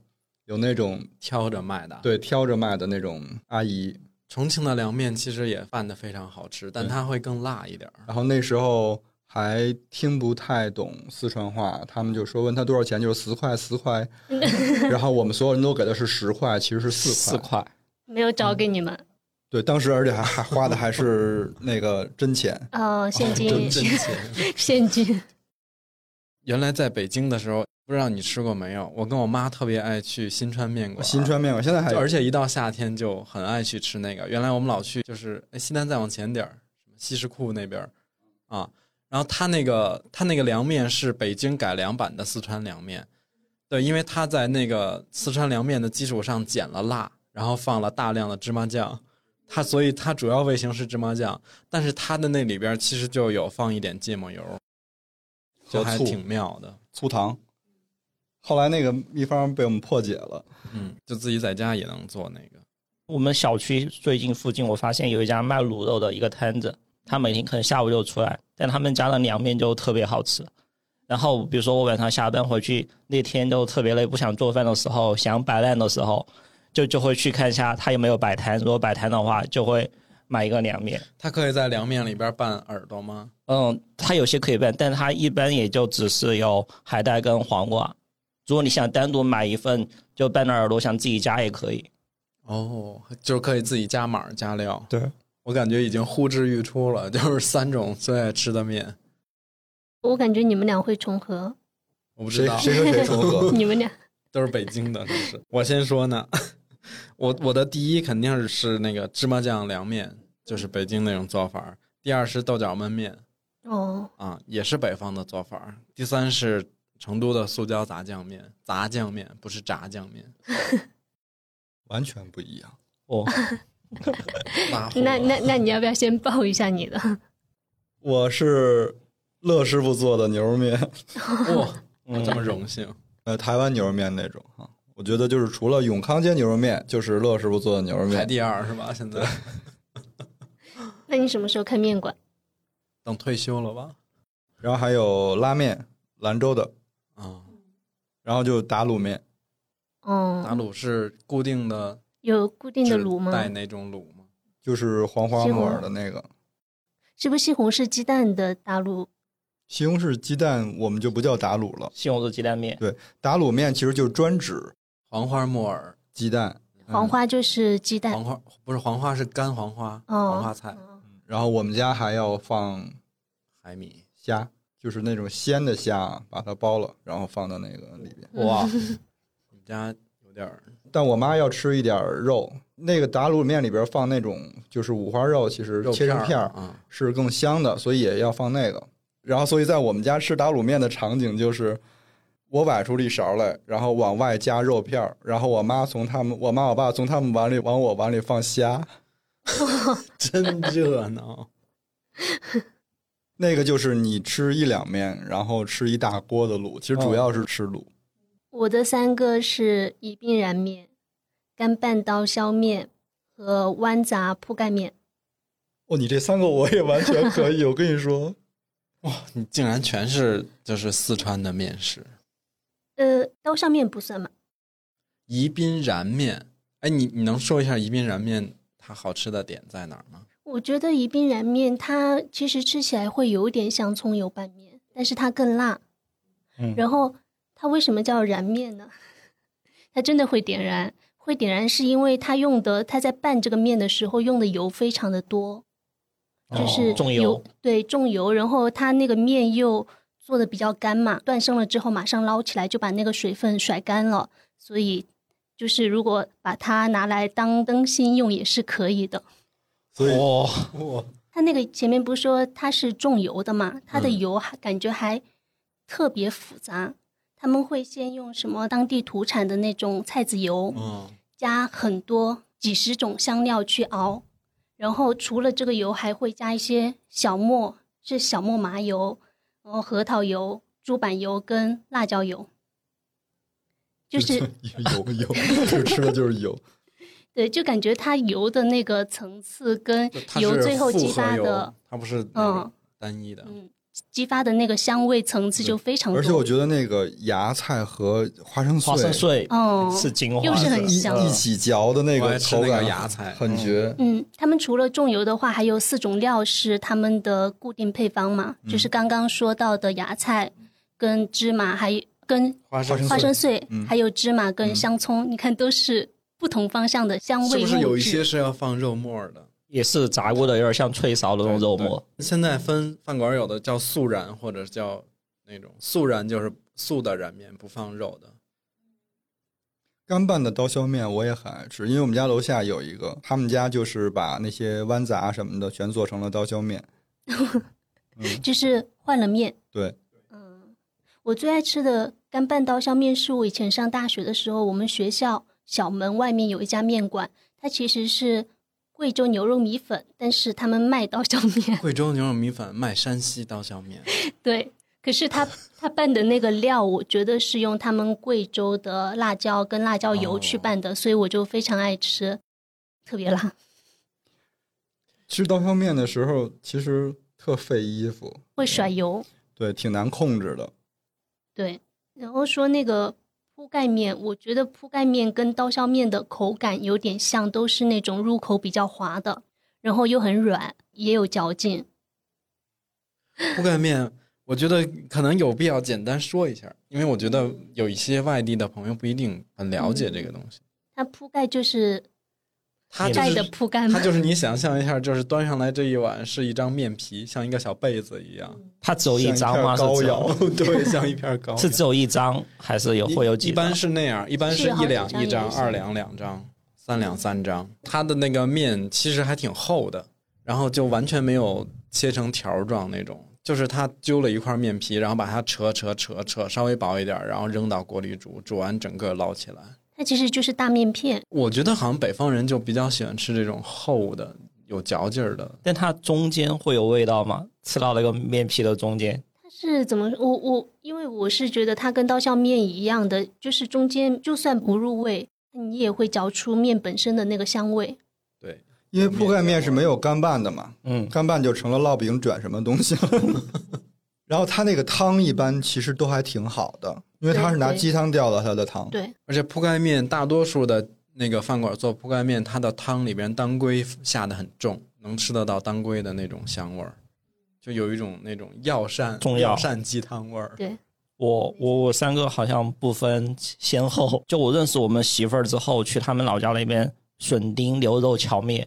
[SPEAKER 3] 有那种
[SPEAKER 1] 挑着卖的，，
[SPEAKER 3] 对挑着卖的那种阿姨，
[SPEAKER 1] 重庆的凉面其实也拌的非常好吃，但
[SPEAKER 3] 对
[SPEAKER 1] 它会更辣一点儿。
[SPEAKER 3] 然后那时候还听不太懂四川话，他们就说问他多少钱，就是十块十
[SPEAKER 2] [LAUGHS]
[SPEAKER 3] 块，然后我们所有人都给的是十块，其实是四块，
[SPEAKER 4] 四块，
[SPEAKER 2] 没有找给你们，
[SPEAKER 3] 对，当时而且还还花的还是那个真钱，
[SPEAKER 2] 呃， [LAUGHS] 现
[SPEAKER 3] [LAUGHS]
[SPEAKER 2] 金
[SPEAKER 3] 哦
[SPEAKER 1] 真，
[SPEAKER 2] [LAUGHS]
[SPEAKER 1] 挣钱。
[SPEAKER 2] 现金，
[SPEAKER 1] 原来在北京的时候，不知道你吃过没有？我跟我妈特别爱去新川面馆，
[SPEAKER 3] 新川面馆现在还
[SPEAKER 1] 就，
[SPEAKER 3] 有
[SPEAKER 1] 而且一到夏天就很爱去吃那个。原来我们老去就是哎西单再往前点儿，什么西什库那边儿啊。然后他那个他那个凉面是北京改良版的四川凉面，对，因为他在那个四川凉面的基础上减了辣，然后放了大量的芝麻酱，它所以它主要味型是芝麻酱，但是它的那里边其实就有放一点芥末油，就
[SPEAKER 3] 和
[SPEAKER 1] 还
[SPEAKER 3] 醋
[SPEAKER 1] 挺妙的。
[SPEAKER 3] 粗糖。后来那个秘方被我们破解了，
[SPEAKER 1] 嗯，就自己在家也能做那个。
[SPEAKER 4] 我们小区最近附近，我发现有一家卖卤肉的一个摊子，他每天可能下午就出来，但他们家的凉面就特别好吃。然后比如说我晚上下班回去，那天就特别累，不想做饭的时候，想摆烂的时候，就就会去看一下他有没有摆摊。如果摆摊的话，就会买一个凉面。
[SPEAKER 1] 它可以在凉面里边拌耳朵吗？
[SPEAKER 4] 嗯，它有些可以拌，但它一般也就只是有海带跟黄瓜。如果你想单独买一份，就拌着耳朵，想自己加也可以。
[SPEAKER 1] 哦，就是可以自己加码儿加料。
[SPEAKER 3] 对
[SPEAKER 1] 我感觉已经呼之欲出了， [LAUGHS] 就是三种最爱吃的面，
[SPEAKER 2] 我感觉你们俩会重合，
[SPEAKER 1] 我不知
[SPEAKER 3] 谁
[SPEAKER 1] 道
[SPEAKER 3] 谁和谁重合？
[SPEAKER 2] [LAUGHS] 你们俩
[SPEAKER 1] 都是北京的，都是。我先说呢， [LAUGHS] 我我的第一肯定是那个芝麻酱凉面，就是北京那种做法儿；第二是豆角焖面
[SPEAKER 2] 哦，
[SPEAKER 1] 啊，也是北方的做法儿；第三是成都的素椒杂酱面，杂酱面不是炸酱面。
[SPEAKER 3] 完全不一样。
[SPEAKER 4] 哦，
[SPEAKER 1] 拉货
[SPEAKER 2] 那那那你要不要先报一下你的？ [LAUGHS]
[SPEAKER 3] 我是乐师傅做的牛肉面，
[SPEAKER 1] 哇，我
[SPEAKER 4] 嗯
[SPEAKER 1] 这么荣幸，
[SPEAKER 3] 呃，台湾牛肉面那种啊。我觉得就是除了永康街牛肉面，就是乐师傅做的牛肉
[SPEAKER 1] 排
[SPEAKER 3] 面。
[SPEAKER 1] 第二是吧？现在
[SPEAKER 2] 那你什么时候开面馆？
[SPEAKER 1] 等退休了吧？
[SPEAKER 3] 然后还有拉面，兰州的，
[SPEAKER 1] 啊、
[SPEAKER 3] 然后就打卤面，
[SPEAKER 1] 打
[SPEAKER 2] 哦，
[SPEAKER 1] 卤是固定的
[SPEAKER 2] 有固定的
[SPEAKER 1] 只
[SPEAKER 2] 炉吗？
[SPEAKER 1] 带那种卤吗？
[SPEAKER 3] 就是黄花
[SPEAKER 2] 西红
[SPEAKER 3] 木耳的那个。
[SPEAKER 2] 是不是西红柿鸡蛋的大陆？
[SPEAKER 3] 西红柿鸡蛋我们就不叫打卤了，
[SPEAKER 4] 西红柿鸡蛋面。
[SPEAKER 3] 打卤面其实就专指
[SPEAKER 1] 黄花木耳，
[SPEAKER 3] 鸡蛋。嗯
[SPEAKER 2] 黄花就是鸡蛋
[SPEAKER 1] 黄，花不是黄花是干黄花，
[SPEAKER 2] 嗯哦
[SPEAKER 1] 黄花菜，
[SPEAKER 3] 然后我们家还要放
[SPEAKER 1] 海米。
[SPEAKER 3] 虾，就是那种鲜的虾，啊把它剥了，然后放到那个里边。
[SPEAKER 1] 哇，
[SPEAKER 2] 嗯
[SPEAKER 1] 你们家有点儿
[SPEAKER 3] 但我妈要吃一点儿肉，那个打卤面里边放那种就是五花肉，其实
[SPEAKER 1] 肉
[SPEAKER 3] 切成片儿
[SPEAKER 1] 啊，
[SPEAKER 3] 是更香的，所以也要放那个。然后，所以在我们家吃打卤面的场景就是，我崴出了一勺来，然后往外加肉片儿，然后我妈从他们，我妈我爸从他们碗里往我碗里放虾，
[SPEAKER 1] 真热闹。
[SPEAKER 3] 那个就是你吃一两面，然后吃一大锅的卤，其实主要是吃卤。
[SPEAKER 2] 我的三个是宜宾燃面、干拌刀削面和豌杂铺盖面。
[SPEAKER 3] 哦，你这三个我也完全可以，我跟你说，
[SPEAKER 1] 你竟然全是就是四川的面食，
[SPEAKER 2] 呃，刀削面不算嘛？
[SPEAKER 1] 宜宾燃面。哎，你你能说一下宜宾燃面它好吃的点在哪儿吗？
[SPEAKER 2] 我觉得宜宾燃面它其实吃起来会有点像葱油拌面，但是它更辣。
[SPEAKER 3] 嗯
[SPEAKER 2] 然后它为什么叫燃面呢？ [LAUGHS] 它真的会点燃，会点燃是因为它用的，它在拌这个面的时候用的油非常的多，就是
[SPEAKER 4] 哦重油
[SPEAKER 2] 对重油，然后它那个面又做的比较干嘛，断生了之后马上捞起来就把那个水分甩干了，所以就是如果把它拿来当灯芯用也是可以的。
[SPEAKER 3] 所以
[SPEAKER 4] 哦，
[SPEAKER 2] 它那个前面不是说它是重油的嘛，它的
[SPEAKER 1] 嗯
[SPEAKER 2] 油还感觉还特别复杂。他们会先用什么当地土产的那种菜籽油，
[SPEAKER 1] 嗯，
[SPEAKER 2] 加很多几十种香料去熬，然后除了这个油，还会加一些小磨，是小磨麻油，然后核桃油、猪板油跟辣椒油，就是
[SPEAKER 3] 油油，就吃的就是油。
[SPEAKER 2] 对，就感觉它油的那个层次跟
[SPEAKER 1] 就它
[SPEAKER 2] 油
[SPEAKER 1] 是
[SPEAKER 2] 最后
[SPEAKER 1] 复
[SPEAKER 2] 激
[SPEAKER 1] 合
[SPEAKER 2] 发的
[SPEAKER 1] 油，，它不是那个
[SPEAKER 2] 嗯
[SPEAKER 1] 单一的。
[SPEAKER 2] 嗯，激发的那个香味层次就非常多。
[SPEAKER 3] 而且我觉得那个芽菜和花生碎
[SPEAKER 4] 花生碎
[SPEAKER 2] 哦，
[SPEAKER 4] 是精华，
[SPEAKER 2] 又是很
[SPEAKER 3] 一
[SPEAKER 2] 香
[SPEAKER 3] 一起嚼的那
[SPEAKER 1] 我
[SPEAKER 3] 个
[SPEAKER 1] 爱吃
[SPEAKER 3] 口
[SPEAKER 1] 那个
[SPEAKER 3] 感
[SPEAKER 1] 芽菜，
[SPEAKER 3] 很绝。
[SPEAKER 2] 嗯，他们除了重油的话，还有四种料是他们的固定配方嘛，
[SPEAKER 1] 嗯
[SPEAKER 2] 就是刚刚说到的芽菜、跟芝麻，还有跟
[SPEAKER 1] 花生嗯
[SPEAKER 2] 花生碎，
[SPEAKER 3] 嗯
[SPEAKER 2] 还有芝麻跟香葱，你看都是不同方向的香
[SPEAKER 1] 是
[SPEAKER 2] 味
[SPEAKER 1] 不是有
[SPEAKER 2] 物
[SPEAKER 1] 一些
[SPEAKER 2] 质。
[SPEAKER 1] 是要放肉末儿的？
[SPEAKER 4] 也是炸过的，有点像脆勺的那种肉末。
[SPEAKER 1] 现在分饭馆有的叫素燃，或者叫那种素燃就是素的燃面，不放肉的。
[SPEAKER 3] 干拌的刀削面我也很爱吃，因为我们家楼下有一个，他们家就是把那些豌杂什么的全做成了刀削面。
[SPEAKER 2] 就是换了面。
[SPEAKER 3] 对，
[SPEAKER 2] 嗯，我最爱吃的干拌刀削面是我以前上大学的时候，我们学校小门外面有一家面馆，它其实是贵州牛肉米粉，但是他们卖刀削面。
[SPEAKER 1] 贵州牛肉米粉卖山西刀削面，
[SPEAKER 2] 对，可是他他拌的那个料，我觉得是用他们贵州的辣椒跟辣椒油
[SPEAKER 1] 哦
[SPEAKER 2] 去拌的，所以我就非常爱吃，特别辣。
[SPEAKER 3] 吃刀削面的时候其实特费衣服，
[SPEAKER 2] 会甩油。
[SPEAKER 3] 对，挺难控制的。
[SPEAKER 2] 对，然后说那个铺盖面，我觉得铺盖面跟刀削面的口感有点像，都是那种入口比较滑的，然后又很软，也有嚼劲。
[SPEAKER 1] 铺盖面，我觉得可能有必要简单说一下，因为我觉得有一些外地的朋友不一定很了解这个东西。
[SPEAKER 2] 它铺盖就是
[SPEAKER 1] 它就
[SPEAKER 2] 盖的
[SPEAKER 1] 是
[SPEAKER 2] 铺盖嘛
[SPEAKER 1] 它，就是你想象一下，就是端上来这一碗是一张面皮，像一个小被子一样，
[SPEAKER 4] 它只有一张
[SPEAKER 3] 像
[SPEAKER 4] 吗？
[SPEAKER 3] 一片
[SPEAKER 4] 是
[SPEAKER 3] 膏
[SPEAKER 4] 只
[SPEAKER 3] 药
[SPEAKER 4] 有，
[SPEAKER 3] [LAUGHS]
[SPEAKER 1] 对，像一片糕。
[SPEAKER 4] [LAUGHS] 是只有一张，还是有
[SPEAKER 1] 一
[SPEAKER 4] 会有几
[SPEAKER 1] 一
[SPEAKER 4] 张？
[SPEAKER 1] 般是那样，一般
[SPEAKER 2] 是
[SPEAKER 1] 是
[SPEAKER 2] 好
[SPEAKER 1] 一
[SPEAKER 2] 几
[SPEAKER 1] 两
[SPEAKER 2] 张
[SPEAKER 1] 一
[SPEAKER 2] 也
[SPEAKER 1] 张，
[SPEAKER 2] 行
[SPEAKER 1] 二两两张，三两三张。它的那个面其实还挺厚的，然后就完全没有切成条状那种，就是它揪了一块面皮，然后把它扯扯扯扯，稍微薄一点，然后扔到锅里煮，煮完整个捞起来。
[SPEAKER 2] 它其实就是大面片。
[SPEAKER 1] 我觉得好像北方人就比较喜欢吃这种厚的、有嚼劲儿的。
[SPEAKER 4] 但它中间会有味道吗？吃到那个面皮的中间，
[SPEAKER 2] 它是怎么？我我因为我是觉得它跟刀削面一样的，就是中间就算不入味，你也会嚼出面本身的那个香味。
[SPEAKER 1] 对，
[SPEAKER 3] 因为铺盖面是没有干拌的嘛，
[SPEAKER 4] 嗯，
[SPEAKER 3] 干拌就成了烙饼卷什么东西了。 [LAUGHS] 然后它那个汤一般其实都还挺好的，因为它是拿
[SPEAKER 2] 对对
[SPEAKER 3] 鸡汤吊的它的汤。
[SPEAKER 2] 对，
[SPEAKER 1] 而且铺盖面大多数的那个饭馆做铺盖面，它的汤里边当归下的很重，能吃得到当归的那种香味儿，就有一种那种药膳
[SPEAKER 4] 中药
[SPEAKER 1] 药膳鸡汤味儿。
[SPEAKER 2] 对，
[SPEAKER 4] 我我我三个好像不分先后， [LAUGHS] 就我认识我们媳妇儿之后，去他们老家那边笋丁牛肉荞面，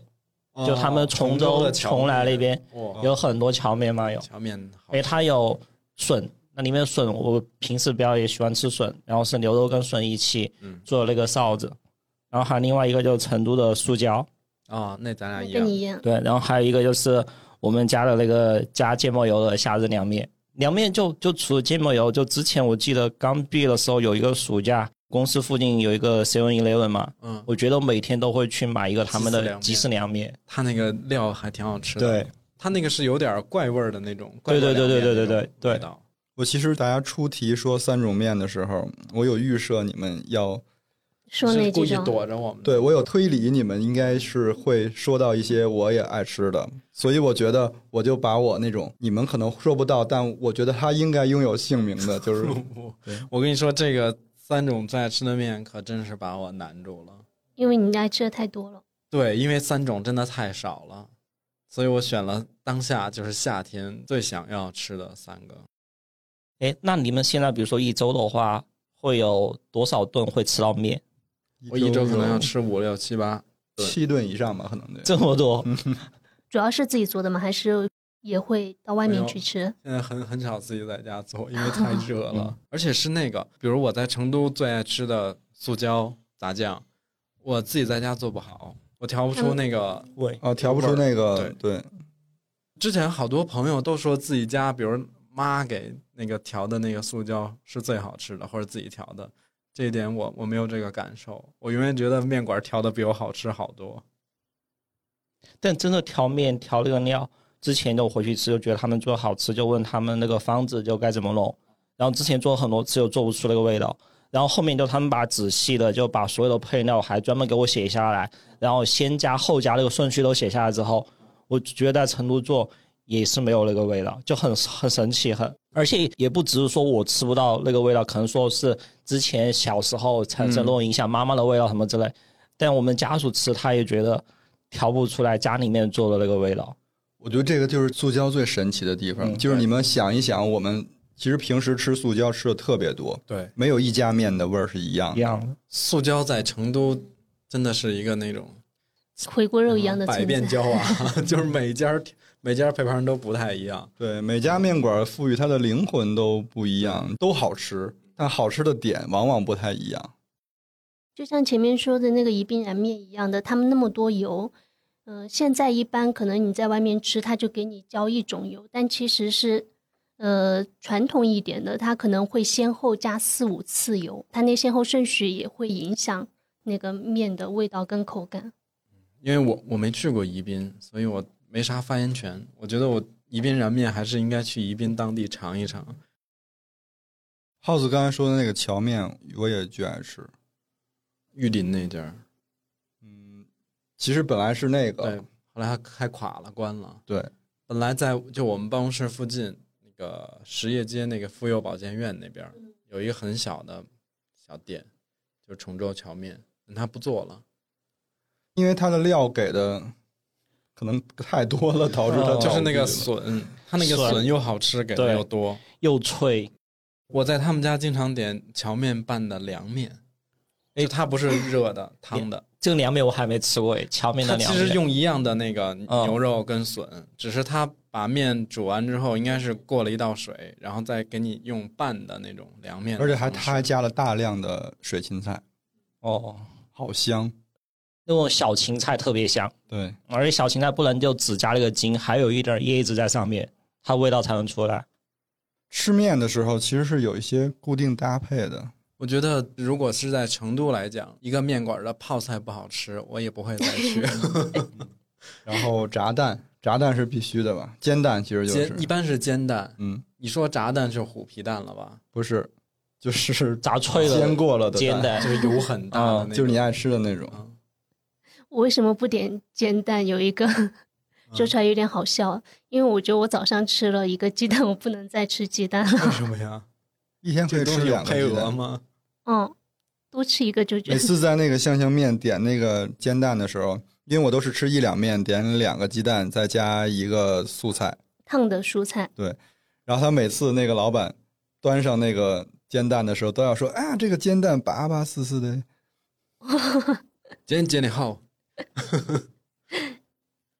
[SPEAKER 4] 就他们崇州
[SPEAKER 1] 哦的
[SPEAKER 4] 崇来那
[SPEAKER 1] 那
[SPEAKER 4] 边，
[SPEAKER 3] 哦
[SPEAKER 1] 哇，
[SPEAKER 4] 有很多荞面嘛有，
[SPEAKER 1] 荞面好
[SPEAKER 4] 因为哎它有笋，那里面笋我平时比较也喜欢吃笋，然后是牛肉跟笋一起
[SPEAKER 1] 嗯
[SPEAKER 4] 做那个臊子，然后还有另外一个就是成都的素椒，
[SPEAKER 1] 啊，那咱俩一
[SPEAKER 2] 跟
[SPEAKER 1] 样
[SPEAKER 2] 你。一样。
[SPEAKER 4] 对，然后还有一个就是我们家的那个加芥末油的夏日凉面，凉面就就除了芥末油，就之前我记得刚毕业的时候有一个暑假，公司附近有一个 Seven Eleven 嘛，
[SPEAKER 1] 嗯，
[SPEAKER 4] 我觉得我每天都会去买一个他们
[SPEAKER 1] 鸡丝凉
[SPEAKER 4] 的
[SPEAKER 1] 面
[SPEAKER 4] 鸡丝凉面，
[SPEAKER 1] 它那个料还挺好吃的。
[SPEAKER 3] 对，
[SPEAKER 1] 它那个是有点怪味儿的那种。怪味
[SPEAKER 4] 对对
[SPEAKER 1] 儿
[SPEAKER 4] 对对
[SPEAKER 1] 凉面
[SPEAKER 4] 对
[SPEAKER 1] 那种
[SPEAKER 4] 对对
[SPEAKER 1] 味道
[SPEAKER 3] 我其实大家出题说三种面的时候，我有预设你们要，
[SPEAKER 2] 说那
[SPEAKER 1] 是故
[SPEAKER 2] 几
[SPEAKER 1] 意
[SPEAKER 2] 种，
[SPEAKER 1] 躲着我们的。
[SPEAKER 3] 对我有推理，你们应该是会说到一些我也爱吃的，所以我觉得我就把我那种你们可能说不到，但我觉得它应该拥有姓名的，就是 [LAUGHS]
[SPEAKER 1] 我
[SPEAKER 3] 对
[SPEAKER 1] 我跟你说，这个三种最爱吃的面可真是把我难住了。
[SPEAKER 2] 因为你爱吃的太多了。
[SPEAKER 1] 对，因为三种真的太少了，所以我选了当下就是夏天最想要吃的三个。
[SPEAKER 4] 哎，那你们现在比如说一周的话，会有多少顿会吃到面？
[SPEAKER 1] 我一周可能要吃五六七八，
[SPEAKER 3] 七顿以上吧，可能得。
[SPEAKER 4] 这么多，
[SPEAKER 2] 主要是自己做的吗？还是也会到外面去吃？
[SPEAKER 1] 现在很很少自己在家做，因为太热了，而且是那个，比如我在成都最爱吃的素椒炸酱，我自己在家做不好，我调不出
[SPEAKER 2] 嗯
[SPEAKER 1] 那个
[SPEAKER 4] 喂，
[SPEAKER 3] 啊，调不出那个对，
[SPEAKER 1] 之前好多朋友都说自己家，比如妈给那个调的那个素椒是最好吃的，或者自己调的。这一点我我没有这个感受，我永远觉得面馆调的比我好吃好多。
[SPEAKER 4] 但真的调面调那个料，之前就回去吃，就觉得他们做好吃，就问他们那个方子就该怎么弄。然后之前做了很多次又做不出那个味道，然后后面就他们把仔细的就把所有的配料还专门给我写下来，然后先加后加那个顺序都写下来之后，我觉得在成都做也是没有那个味道，就很很神奇，很而且也不只是说我吃不到那个味道，可能说是之前小时候产生那种影响，妈妈的味道什么之类，但我们家属吃他也觉得调不出来家里面做的那个味道。
[SPEAKER 3] 我觉得这个就是塑胶最神奇的地方，
[SPEAKER 4] 嗯
[SPEAKER 3] 就是你们想一想，我们其实平时吃塑胶吃的特别多，
[SPEAKER 1] 对，
[SPEAKER 3] 没有一家面的味儿是一样
[SPEAKER 4] 一
[SPEAKER 3] 的。
[SPEAKER 4] 样的，
[SPEAKER 1] 塑胶在成都真的是一个那种
[SPEAKER 2] 回锅肉一样的
[SPEAKER 1] 嗯百
[SPEAKER 2] 存
[SPEAKER 1] 变
[SPEAKER 2] 在。
[SPEAKER 1] 交
[SPEAKER 2] [LAUGHS]
[SPEAKER 1] 啊，就是每家儿每家儿配方都不太一样。
[SPEAKER 3] 对，每家面馆赋予它的灵魂都不一样，都好吃，但好吃的点往往不太一样。
[SPEAKER 2] 就像前面说的那个宜宾燃面一样的，他们那么多油，呃，现在一般可能你在外面吃，他就给你浇一种油，但其实是，呃，传统一点的，它可能会先后加四五次油，它那先后顺序也会影响那个面的味道跟口感。
[SPEAKER 1] 因为我我没去过宜宾，所以我没啥发言权。我觉得我宜宾燃面还是应该去宜宾当地尝一尝。
[SPEAKER 3] 浩子刚才说的那个荞面，我也巨爱吃。
[SPEAKER 1] 玉林那家儿，
[SPEAKER 3] 嗯，其实本来是那
[SPEAKER 1] 对
[SPEAKER 3] 个，，
[SPEAKER 1] 后来还还垮了，关了。
[SPEAKER 3] 对，
[SPEAKER 1] 本来在就我们办公室附近那个实业街那个妇幼保健院那边儿有一个很小的小店，就是崇州荞面，但他不做了。
[SPEAKER 3] 因为它的料给的可能太多了，导致它
[SPEAKER 4] 哦
[SPEAKER 1] 就是那个
[SPEAKER 3] 倒闭了
[SPEAKER 1] 笋，它那个
[SPEAKER 4] 笋
[SPEAKER 1] 笋又好吃，给的
[SPEAKER 4] 对
[SPEAKER 1] 又多。
[SPEAKER 4] 又脆，
[SPEAKER 1] 我在他们家经常点荞面拌的凉面，
[SPEAKER 4] 哎
[SPEAKER 1] 就它不是热的汤的，
[SPEAKER 4] 这个凉面我还没吃过诶，哎荞面的
[SPEAKER 1] 它
[SPEAKER 4] 凉
[SPEAKER 1] 其
[SPEAKER 4] 面。
[SPEAKER 1] 实用一样的那个
[SPEAKER 4] 嗯
[SPEAKER 1] 牛肉跟笋，只是它把面煮完之后，应该是过了一道水，然后再给你用拌的那种凉面的方
[SPEAKER 3] 而
[SPEAKER 1] 式，
[SPEAKER 3] 且还它还加了大量的水芹菜，
[SPEAKER 4] 哦，
[SPEAKER 3] 好香。
[SPEAKER 4] 那种小芹菜特别香，
[SPEAKER 3] 对，
[SPEAKER 4] 而且小芹菜不能就只加那个筋，还有一点叶子在上面，它味道才能出来。
[SPEAKER 3] 吃面的时候其实是有一些固定搭配的，
[SPEAKER 1] 我觉得如果是在成都来讲，一个面馆的泡菜不好吃，我也不会再
[SPEAKER 2] [LAUGHS]
[SPEAKER 1] 去。
[SPEAKER 3] 然后炸蛋，炸蛋是必须的吧？煎蛋其实就
[SPEAKER 1] 煎一
[SPEAKER 3] 是，
[SPEAKER 1] 般是煎蛋，
[SPEAKER 3] 嗯，
[SPEAKER 1] 你说炸蛋是虎皮蛋了吧？
[SPEAKER 3] 不是，就是
[SPEAKER 4] 炸脆了，
[SPEAKER 3] 煎过了的
[SPEAKER 4] 煎
[SPEAKER 3] 蛋，
[SPEAKER 4] 的
[SPEAKER 1] 就是油很大的
[SPEAKER 4] 啊
[SPEAKER 1] 那种，
[SPEAKER 3] 哦就是你爱吃的那种。
[SPEAKER 1] 啊
[SPEAKER 2] 我为什么不点煎蛋？有一
[SPEAKER 3] [LAUGHS]
[SPEAKER 2] 个说出来有点好笑，啊因为我觉得我早上吃了一个鸡蛋，我不能再吃鸡蛋了。
[SPEAKER 1] [LAUGHS]
[SPEAKER 2] [LAUGHS]
[SPEAKER 1] 为什么
[SPEAKER 3] [LAUGHS]
[SPEAKER 1] 呀？
[SPEAKER 3] 一天可
[SPEAKER 1] 这
[SPEAKER 3] 以
[SPEAKER 1] 东
[SPEAKER 3] 吃
[SPEAKER 1] 西有
[SPEAKER 3] 两个
[SPEAKER 1] 配
[SPEAKER 3] 鸡
[SPEAKER 1] 额
[SPEAKER 3] 蛋。
[SPEAKER 1] 吗？
[SPEAKER 2] 嗯，多吃一个就觉
[SPEAKER 3] 每
[SPEAKER 2] 得
[SPEAKER 3] 次在那个湘湘面点那个煎蛋的时候，因为我都是吃一两面，点两个鸡蛋，再加一个素菜。
[SPEAKER 2] 烫的蔬菜。
[SPEAKER 3] 然后他每次那个老板端上那个煎蛋的时候，都要说：“啊，这个煎蛋巴巴丝丝的。
[SPEAKER 1] 今天你好，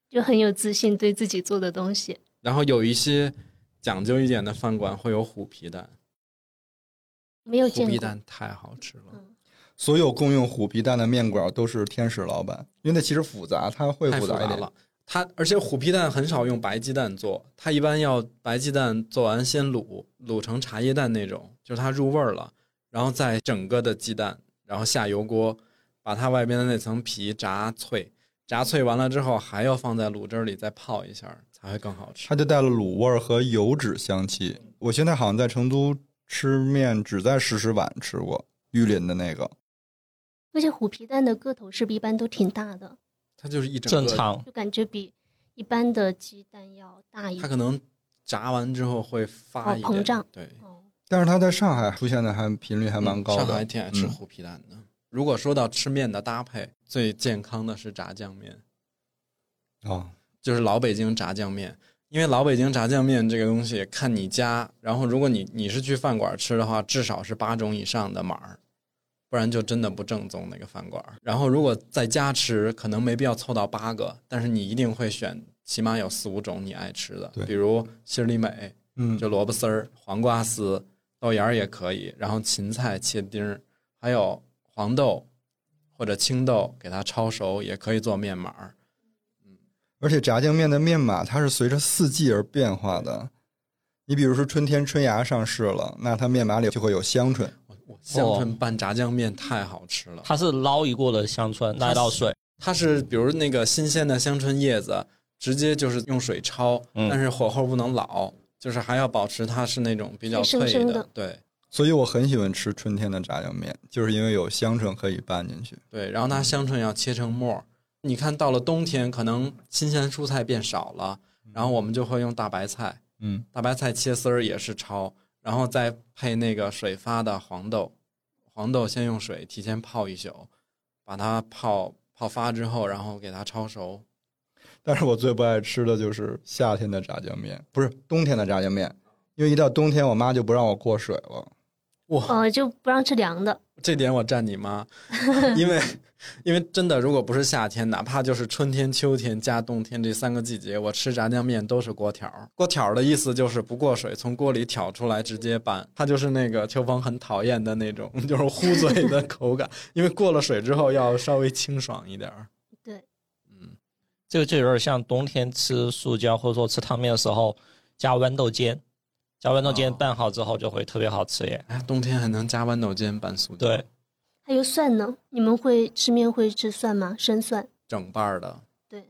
[SPEAKER 2] 就很有自信，对自己做的东西。
[SPEAKER 1] 然后有一些讲究一点的饭馆会有虎皮蛋，
[SPEAKER 2] 没有
[SPEAKER 1] 虎
[SPEAKER 2] 见
[SPEAKER 1] 皮
[SPEAKER 2] 过，
[SPEAKER 1] 蛋太好吃了，
[SPEAKER 3] 所有供应虎皮蛋的面馆都是天使老板，因为那其实复杂，它会
[SPEAKER 1] 太复
[SPEAKER 3] 杂
[SPEAKER 1] 杂
[SPEAKER 3] 一点。
[SPEAKER 1] 了。它而且虎皮蛋很少用白鸡蛋做，它一般要白鸡蛋做完先卤，卤成茶叶蛋那种，就是它入味儿了，然后再整个的鸡蛋，然后下油锅，把它外边的那层皮炸脆，炸脆完了之后还要放在卤汁儿里再泡一下，才会更好吃。
[SPEAKER 3] 它就带了卤味儿和油脂香气。我现在好像在成都吃面只在石狮碗吃过玉林的那个，
[SPEAKER 2] 而且虎皮蛋的个头是不是一般都挺大的？
[SPEAKER 1] 它就是一整
[SPEAKER 4] 正
[SPEAKER 1] 个，
[SPEAKER 4] 常
[SPEAKER 2] 就感觉比一般的鸡蛋要大一
[SPEAKER 1] 它
[SPEAKER 2] 点。
[SPEAKER 1] 可能炸完之后会发
[SPEAKER 2] 哦
[SPEAKER 1] 一点、
[SPEAKER 2] 膨胀
[SPEAKER 1] 对，
[SPEAKER 2] 哦，
[SPEAKER 3] 但是它在上海出现的还频率还蛮高
[SPEAKER 1] 上海
[SPEAKER 3] 的
[SPEAKER 1] 还。挺爱吃
[SPEAKER 3] 嗯
[SPEAKER 1] 虎皮蛋的。如果说到吃面的搭配，最健康的是炸酱面，
[SPEAKER 3] 哦，
[SPEAKER 1] 就是老北京炸酱面。因为老北京炸酱面这个东西，看你家，然后如果你你是去饭馆吃的话，至少是八种以上的码儿，不然就真的不正宗那个饭馆儿。然后如果在家吃，可能没必要凑到八个，但是你一定会选起码有四五种你爱吃的
[SPEAKER 3] 对，
[SPEAKER 1] 比如心里美，
[SPEAKER 3] 嗯，
[SPEAKER 1] 就萝卜丝儿、黄瓜丝、豆芽儿也可以，然后芹菜切丁儿，还有黄豆或者青豆，给它焯熟也可以做面码儿。
[SPEAKER 3] 而且炸酱面的面码它是随着四季而变化的。你比如说春天春芽上市了，那它面码里就会有香椿。
[SPEAKER 1] 我我香椿拌炸酱面太好吃了，
[SPEAKER 4] 它是捞一过的香椿，
[SPEAKER 1] 它
[SPEAKER 4] 那一道水，
[SPEAKER 1] 它是比如那个新鲜的香椿叶子，直接就是用水焯，
[SPEAKER 4] 嗯
[SPEAKER 1] 但是火候不能老，就是还要保持它是那种比较
[SPEAKER 2] 脆生
[SPEAKER 1] 脆
[SPEAKER 2] 生的
[SPEAKER 1] 对
[SPEAKER 3] 所以我很喜欢吃春天的炸酱面，就是因为有香椿可以拌进去。
[SPEAKER 1] 对，然后它香椿要切成末儿。你看到了冬天，可能新鲜蔬菜变少了，然后我们就会用大白菜，
[SPEAKER 3] 嗯，
[SPEAKER 1] 大白菜切丝儿也是焯，然后再配那个水发的黄豆，黄豆先用水提前泡一宿，把它泡泡发之后，然后给它焯熟。
[SPEAKER 3] 但是我最不爱吃的就是夏天的炸酱面，不是冬天的炸酱面，因为一到冬天，我妈就不让我过水了。
[SPEAKER 1] 哇，
[SPEAKER 2] 呃，就不让吃凉的。
[SPEAKER 1] 这点我站你妈，因为因为真的，如果不是夏天，哪怕就是春天、秋天加冬天这三个季节，我吃炸酱面都是锅条儿。锅条儿的意思就是不过水，从锅里挑出来直接拌，它就是那个秋风很讨厌的那种， [LAUGHS] 就是糊嘴的口感，因为过了水之后要稍微清爽一点儿。
[SPEAKER 2] 对，
[SPEAKER 1] 嗯，
[SPEAKER 4] 这个就有点像冬天吃素椒或者说吃汤面的时候加豌豆尖，加豌豆尖
[SPEAKER 1] 哦
[SPEAKER 4] 拌好之后就会特别好吃耶。
[SPEAKER 1] 哎，冬天还能加豌豆尖拌素椒，
[SPEAKER 4] 对，
[SPEAKER 2] 还有蒜呢，你们会吃面会吃蒜吗？生蒜。
[SPEAKER 1] 整瓣儿的。
[SPEAKER 2] 对，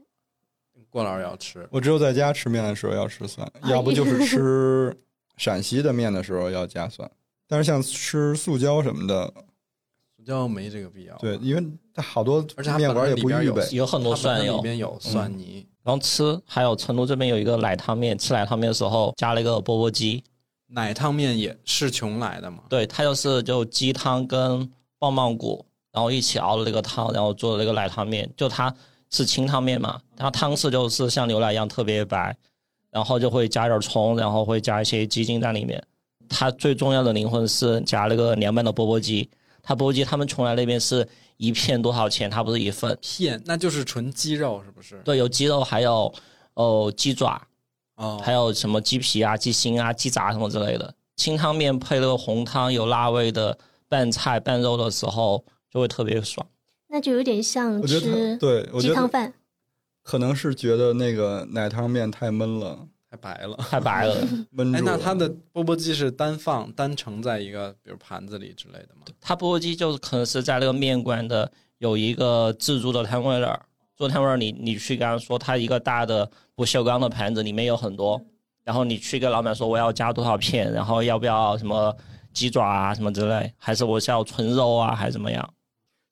[SPEAKER 1] 郭老师要吃，
[SPEAKER 3] 我只有在家吃面的时候要吃蒜，
[SPEAKER 2] 哎
[SPEAKER 3] [LAUGHS] 要不就是吃陕西的面的时候要加蒜。但是像吃素椒什么的，
[SPEAKER 1] 素椒没这个必要。
[SPEAKER 3] 对，，因为它好多
[SPEAKER 1] 而且它
[SPEAKER 3] 面
[SPEAKER 1] 本
[SPEAKER 3] 馆
[SPEAKER 1] 来
[SPEAKER 3] 也
[SPEAKER 1] 里
[SPEAKER 3] 不
[SPEAKER 1] 边
[SPEAKER 3] 预
[SPEAKER 1] 有
[SPEAKER 3] 备。
[SPEAKER 4] 有很多蒜
[SPEAKER 1] 它
[SPEAKER 4] 油嗯
[SPEAKER 1] 里，面有蒜泥，
[SPEAKER 4] 然后吃还有成都这边有一个奶汤面，吃奶汤面的时候加了一个钵钵鸡，
[SPEAKER 1] 奶汤面也是邛崃的嘛。
[SPEAKER 4] 对，它就是就鸡汤跟棒棒骨，然后一起熬了这个汤，然后做了这个奶汤面。就它是清汤面嘛，它汤色就是像牛奶一样特别白，然后就会加点葱，然后会加一些鸡精在里面。它最重要的灵魂是加了个凉拌的钵钵鸡，它钵钵鸡他们邛崃那边是一片多少钱，它不是一份，
[SPEAKER 1] 片，那就是纯鸡肉，是不是？
[SPEAKER 4] 对，有鸡肉，还有哦鸡爪，
[SPEAKER 1] 哦，
[SPEAKER 4] 还有什么鸡皮啊、鸡心啊、鸡杂什么之类的。清汤面配了个红汤，有辣味的拌菜拌肉的时候就会特别爽。
[SPEAKER 2] 那就有点像
[SPEAKER 3] 我觉得它
[SPEAKER 2] 吃
[SPEAKER 3] 对，我
[SPEAKER 2] 鸡
[SPEAKER 3] 觉
[SPEAKER 2] 汤
[SPEAKER 3] 得
[SPEAKER 2] 饭。
[SPEAKER 3] 可能是觉得那个奶汤面太闷了，
[SPEAKER 1] 太白了。
[SPEAKER 4] 太白了，
[SPEAKER 3] 闷住
[SPEAKER 1] 哎，
[SPEAKER 3] 了。
[SPEAKER 1] 那它的钵钵鸡是单放、单盛在一个比如盘子里之类的吗？
[SPEAKER 4] 它钵钵鸡就是可能是在那个面馆的有一个自助的摊位那儿，做摊位儿你你去跟他说，它一个大的不锈钢的盘子里面有很多，然后你去跟老板说我要加多少片，然后要不要什么鸡爪啊什么之类，还是我是要纯肉啊，还是怎么样？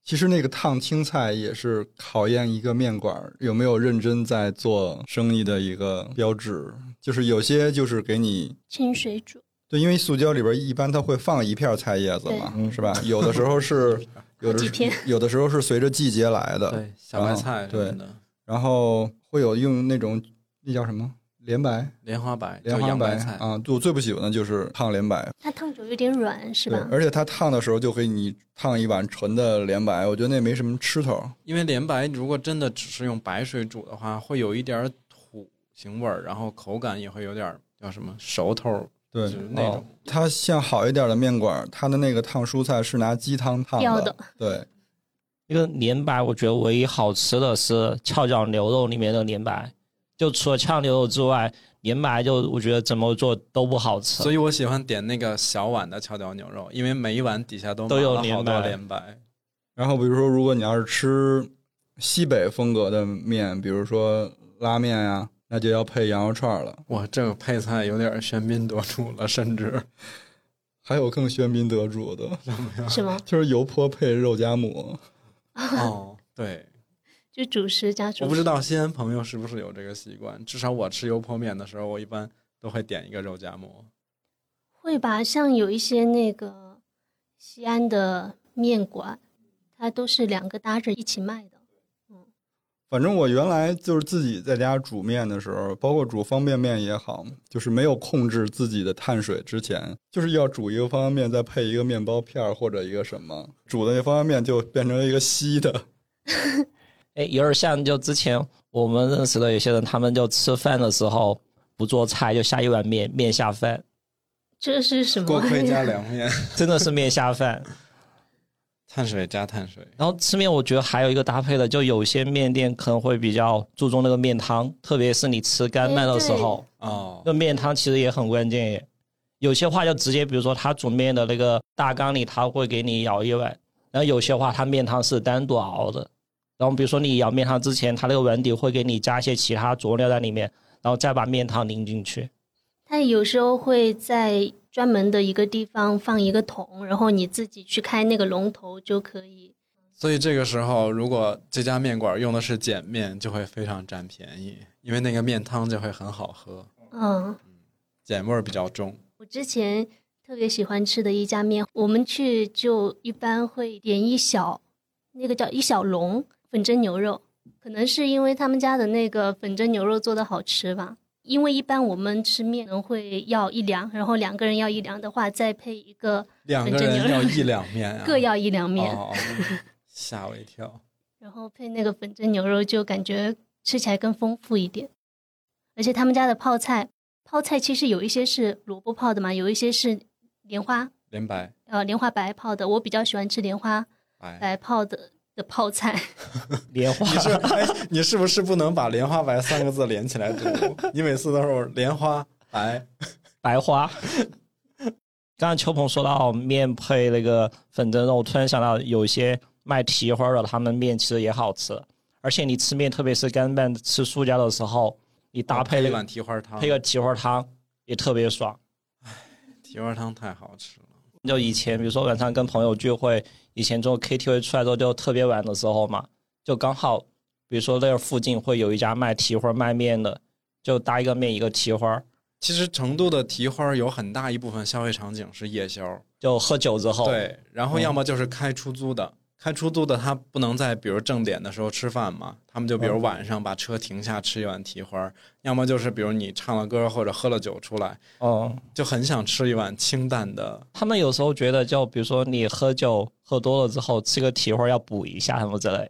[SPEAKER 3] 其实那个烫青菜也是考验一个面馆儿有没有认真在做生意的一个标志，就是有些就是给你。
[SPEAKER 2] 清水煮，
[SPEAKER 3] 对，因为塑胶里边一般它会放一片菜叶子嘛，
[SPEAKER 4] 对
[SPEAKER 3] 是吧？有的时候
[SPEAKER 1] [LAUGHS]
[SPEAKER 3] 是，有的
[SPEAKER 2] 几片
[SPEAKER 3] 是有的时候是随着季节来的，
[SPEAKER 1] 对，小白菜什么
[SPEAKER 3] 对
[SPEAKER 1] 的，
[SPEAKER 3] 然后会有用那种那叫什么莲白、
[SPEAKER 1] 莲花白，
[SPEAKER 3] 莲
[SPEAKER 1] 叫
[SPEAKER 3] 花
[SPEAKER 1] 洋
[SPEAKER 3] 白
[SPEAKER 1] 白菜，
[SPEAKER 3] 啊，我最不喜欢的就是烫莲白，
[SPEAKER 2] 它烫久有点软，是
[SPEAKER 3] 对
[SPEAKER 2] 吧，？
[SPEAKER 3] 而且它烫的时候就给你烫一碗纯的莲白，我觉得那没什么吃头。
[SPEAKER 1] 因为莲白如果真的只是用白水煮的话，会有一点儿土腥味儿，然后口感也会有点儿叫什么熟头儿，
[SPEAKER 3] 对
[SPEAKER 1] 就是那种。
[SPEAKER 3] 它像好一点的面馆，它的那个烫蔬菜是拿鸡汤烫
[SPEAKER 2] 吊
[SPEAKER 3] 的
[SPEAKER 2] 的，
[SPEAKER 3] 对，
[SPEAKER 4] 那个莲白，我觉得唯一好吃的是翘脚牛肉里面的莲白，就除了翘牛肉之外，莲白就我觉得怎么做都不好吃。
[SPEAKER 1] 所以我喜欢点那个小碗的跷脚牛肉，因为每一碗底下都
[SPEAKER 4] 都有
[SPEAKER 1] 码了好
[SPEAKER 4] 莲
[SPEAKER 1] 多
[SPEAKER 4] 白
[SPEAKER 1] 莲白。
[SPEAKER 3] 然后比如说，如果你要是吃西北风格的面，比如说拉面呀、那就要配羊肉串了。
[SPEAKER 1] 哇，这个配菜有点喧宾夺主了，甚至
[SPEAKER 3] 还有更喧宾得主的， [LAUGHS]
[SPEAKER 2] 什么
[SPEAKER 3] 就是油泼配肉夹馍。
[SPEAKER 1] 哦， [LAUGHS] 对，
[SPEAKER 2] 就主食加
[SPEAKER 1] 我
[SPEAKER 2] 主
[SPEAKER 1] 不
[SPEAKER 2] 食
[SPEAKER 1] 知。道西安朋友是不是有这个习惯，至少我吃油泼面的时候，我一般都会点一个肉夹馍。
[SPEAKER 2] 会吧？像有一些那个西安的面馆，它都是两个搭着一起卖的。
[SPEAKER 3] 反正我原来就是自己在家煮面的时候，包括煮方便面也好，就是没有控制自己的碳水之前，就是要煮一个方便面，再配一个面包片儿或者一个什么，煮的那方便面就变成一个稀的。
[SPEAKER 4] 哎，有点像就之前我们认识的有些人，他们就吃饭的时候不做菜，就下一碗面，面下饭，
[SPEAKER 2] 这是什
[SPEAKER 1] [LAUGHS]
[SPEAKER 2] 么？
[SPEAKER 1] 锅盔
[SPEAKER 2] [LAUGHS]
[SPEAKER 1] 加凉面，
[SPEAKER 4] 真的是面下饭。
[SPEAKER 1] [LAUGHS] 碳水加碳水，
[SPEAKER 4] 然后吃面，我觉得还有一个搭配的，就有些面店可能会比较注重那个面汤，特别是你吃干
[SPEAKER 2] 哎
[SPEAKER 4] 拌的时
[SPEAKER 2] 对
[SPEAKER 4] 候。
[SPEAKER 1] 哦，
[SPEAKER 4] 那面汤其实也很关键耶。有些话就直接，比如说他煮面的那个大缸里，他会给你舀一碗；然后有些话，他面汤是单独熬的。然后比如说你舀面汤之前，他那个碗底会给你加一些其他佐料在里面，然后再把面汤淋进去。
[SPEAKER 2] 它有时候会在专门的一个地方放一个桶，然后你自己去开那个龙头就可以。
[SPEAKER 1] 所以这个时候，如果这家面馆用的是碱面，就会非常占便宜，因为那个面汤就会很好喝，
[SPEAKER 2] 嗯，
[SPEAKER 1] 碱味儿比较重。
[SPEAKER 2] 我之前特别喜欢吃的一家面，我们去就一般会点一小，那个叫一小笼粉蒸牛肉，可能是因为他们家的那个粉蒸牛肉做的好吃吧。因为一般我们吃面可能会要一两，然后两个人要一两的话，再配一个
[SPEAKER 1] 两个人要一两面啊，
[SPEAKER 2] [LAUGHS] 各要一两面，
[SPEAKER 1] 哦，吓我一跳。
[SPEAKER 2] 然后配那个粉蒸牛肉，就感觉吃起来更丰富一点。而且他们家的泡菜，泡菜其实有一些是萝卜泡的嘛，有一些是莲花
[SPEAKER 1] 莲白
[SPEAKER 2] 呃莲花白泡的。我比较喜欢吃莲花
[SPEAKER 1] 白，
[SPEAKER 2] 白泡的的泡菜， [LAUGHS]
[SPEAKER 4] 莲花
[SPEAKER 1] [LAUGHS] 你是哎，你是不是不能把“莲花白”三个字连起来读？你每次都是“莲花白
[SPEAKER 4] 白花。 [LAUGHS] 刚刚秋鹏说到面配那个粉蒸肉，我突然想到有一些卖蹄花的，他们面其实也好吃。而且你吃面，特别是干拌吃素家的时候，你”，搭配
[SPEAKER 1] 一
[SPEAKER 4] 那
[SPEAKER 1] 碗
[SPEAKER 4] 个
[SPEAKER 1] 蹄花汤，
[SPEAKER 4] 配个蹄花汤也特别爽。
[SPEAKER 1] 蹄花汤太好吃了。
[SPEAKER 4] 就以前，比如说晚上跟朋友聚会，以前做 KTV 出来之后就特别晚的时候嘛，就刚好，比如说那儿附近会有一家卖蹄花卖面的，就搭一个面一个蹄花，
[SPEAKER 1] 其实成都的蹄花有很大一部分消费场景是夜宵，
[SPEAKER 4] 就喝酒之后，
[SPEAKER 1] 对，然
[SPEAKER 4] 嗯
[SPEAKER 1] 后要么就是开出租的，开出租的他不能在比如正点的时候吃饭嘛，他们就比如
[SPEAKER 4] 嗯
[SPEAKER 1] 晚上把车停下吃一碗蹄花儿，要么就是比如你唱了歌或者喝了酒出来，
[SPEAKER 4] 嗯，
[SPEAKER 1] 就很想吃一碗清淡的。
[SPEAKER 4] 他们有时候觉得，就比如说你喝酒喝多了之后吃个蹄花要补一下什么之类，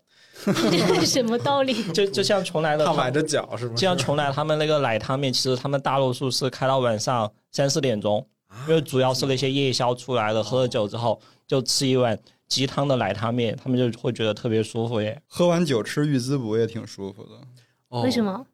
[SPEAKER 2] 什么道理？
[SPEAKER 4] 就就像邛崃的
[SPEAKER 1] 他
[SPEAKER 4] 他
[SPEAKER 1] 崴
[SPEAKER 4] 们，
[SPEAKER 1] 着脚是不？
[SPEAKER 4] 就是像邛崃他们那个奶汤面，其实他们大多数是开到晚上三四点钟，因为主要啊是那些夜宵出来的，喝了酒之后就吃一碗鸡汤的奶汤面，他们就会觉得特别舒服耶。
[SPEAKER 3] 喝完酒吃玉滋补也挺舒服的。
[SPEAKER 1] [LAUGHS] 哦
[SPEAKER 2] 为什？么？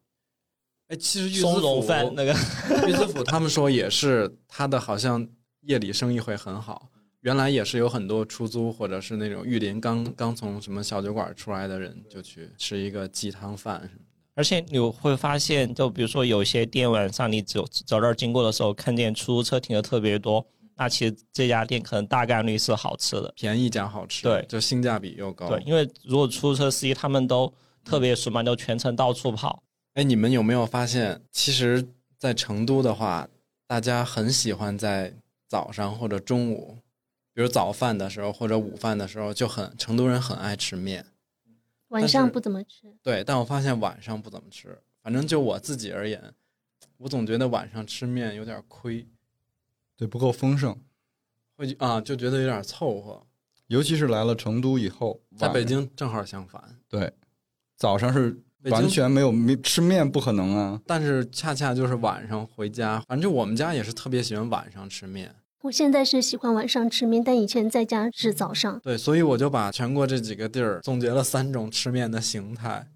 [SPEAKER 1] 哎，其实玉
[SPEAKER 4] 松
[SPEAKER 1] 子
[SPEAKER 4] 茸
[SPEAKER 1] 府
[SPEAKER 4] 饭那个， [LAUGHS]
[SPEAKER 1] [LAUGHS] 玉子府他们说也是，他的好像夜里生意会很好。原来也是有很多出租或者是那种玉林刚刚从什么小酒馆出来的人，就去吃一个鸡汤饭什么的。
[SPEAKER 4] 而且你会发现，就比如说有些店晚上你走走这儿经过的时候，看见出租车停的特别多，那其实这家店可能大概率是好吃的。
[SPEAKER 1] 便宜加好吃，
[SPEAKER 4] 对
[SPEAKER 1] 就性价比又高。
[SPEAKER 4] 对，因为如果出租车司机他们都特别熟嘛，就全程到处跑。
[SPEAKER 1] 哎，你们有没有发现，其实，在成都的话，大家很喜欢在早上或者中午，比如早饭的时候或者午饭的时候，就很成都人很爱吃面。
[SPEAKER 2] 晚上不怎么吃，
[SPEAKER 1] 对，但我发现晚上不怎么吃。反正就我自己而言，我总觉得晚上吃面有点亏，
[SPEAKER 3] 对，不够丰盛，
[SPEAKER 1] 会啊就觉得有点凑合。
[SPEAKER 3] 尤其是来了成都以后，
[SPEAKER 1] 在北
[SPEAKER 3] 晚
[SPEAKER 1] 京正好相反，
[SPEAKER 3] 对，早上是
[SPEAKER 1] 北京
[SPEAKER 3] 完全没有面吃面不可能啊。
[SPEAKER 1] 但是恰恰就是晚上回家，反正就我们家也是特别喜欢晚上吃面。
[SPEAKER 2] 我现在是喜欢晚上吃面，但以前在家是早上。
[SPEAKER 1] 对，所以我就把全国这几个地儿总结了三种吃面的形态，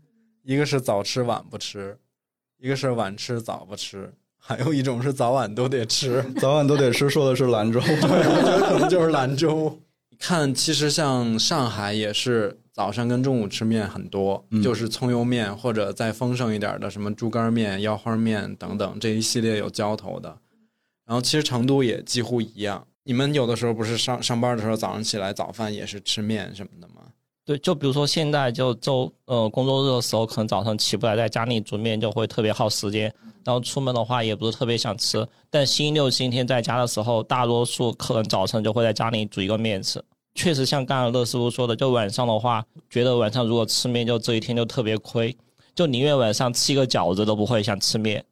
[SPEAKER 1] 一个是早吃晚不吃，一个是晚吃早不吃，还有一种是早晚都得吃，
[SPEAKER 3] 早晚都得吃，说的是
[SPEAKER 1] [LAUGHS]
[SPEAKER 3] 兰州。
[SPEAKER 1] 可能就是兰州。你看，其实像上海也是早上跟中午吃面很多，
[SPEAKER 3] 嗯
[SPEAKER 1] 就是葱油面或者再丰盛一点的什么猪肝面、腰花面等等这一系列有浇头的。然后其实成都也几乎一样。你们有的时候不是上上班的时候早上起来早饭也是吃面什么的吗？
[SPEAKER 4] 对，就比如说现在就周呃工作日的时候，可能早上起不来，在家里煮面就会特别耗时间。然后出门的话也不是特别想吃，但星期六、星期天在家的时候，大多数客人早晨就会在家里煮一个面吃。确实像刚才乐师傅说的，就晚上的话，觉得晚上如果吃面，就这一天就特别亏，就宁愿晚上吃一个饺子都不会想吃面。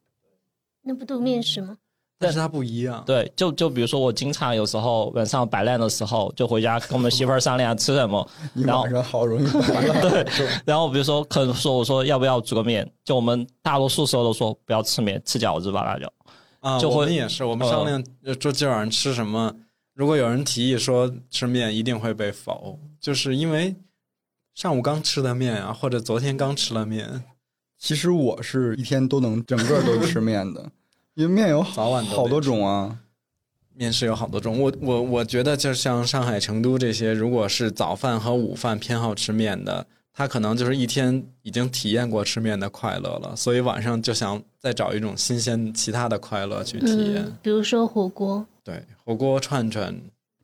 [SPEAKER 2] 那不都面食吗？
[SPEAKER 1] 但是它不一样。
[SPEAKER 4] 对，就就比如说我经常有时候晚上摆烂的时候，就回家跟我们媳妇儿商量吃什么，
[SPEAKER 3] 你
[SPEAKER 4] 然后
[SPEAKER 3] 晚上好容易
[SPEAKER 1] [LAUGHS]
[SPEAKER 3] 完了。
[SPEAKER 4] 然后比如说，可能说我说要不要煮个面，就我们大多数时候都说不要吃面，吃饺子吧，那就
[SPEAKER 1] 啊，
[SPEAKER 4] 就
[SPEAKER 1] 我
[SPEAKER 4] 会
[SPEAKER 1] 们也是，我们
[SPEAKER 4] 呃
[SPEAKER 1] 商量呃说今晚上吃什么。如果有人提议说吃面，一定会被否，就是因为上午刚吃的面啊，或者昨天刚吃了面，
[SPEAKER 3] 其实我是一天都能整个都吃面的，因为面有好
[SPEAKER 1] 早晚都得
[SPEAKER 3] 好多种啊。
[SPEAKER 1] 面食有好多种。我我我觉得，就像上海、成都这些，如果是早饭和午饭偏好吃面的，他可能就是一天已经体验过吃面的快乐了，所以晚上就想再找一种新鲜其他的快乐去体验。
[SPEAKER 2] 嗯，比如说火锅，
[SPEAKER 1] 对，火锅串串，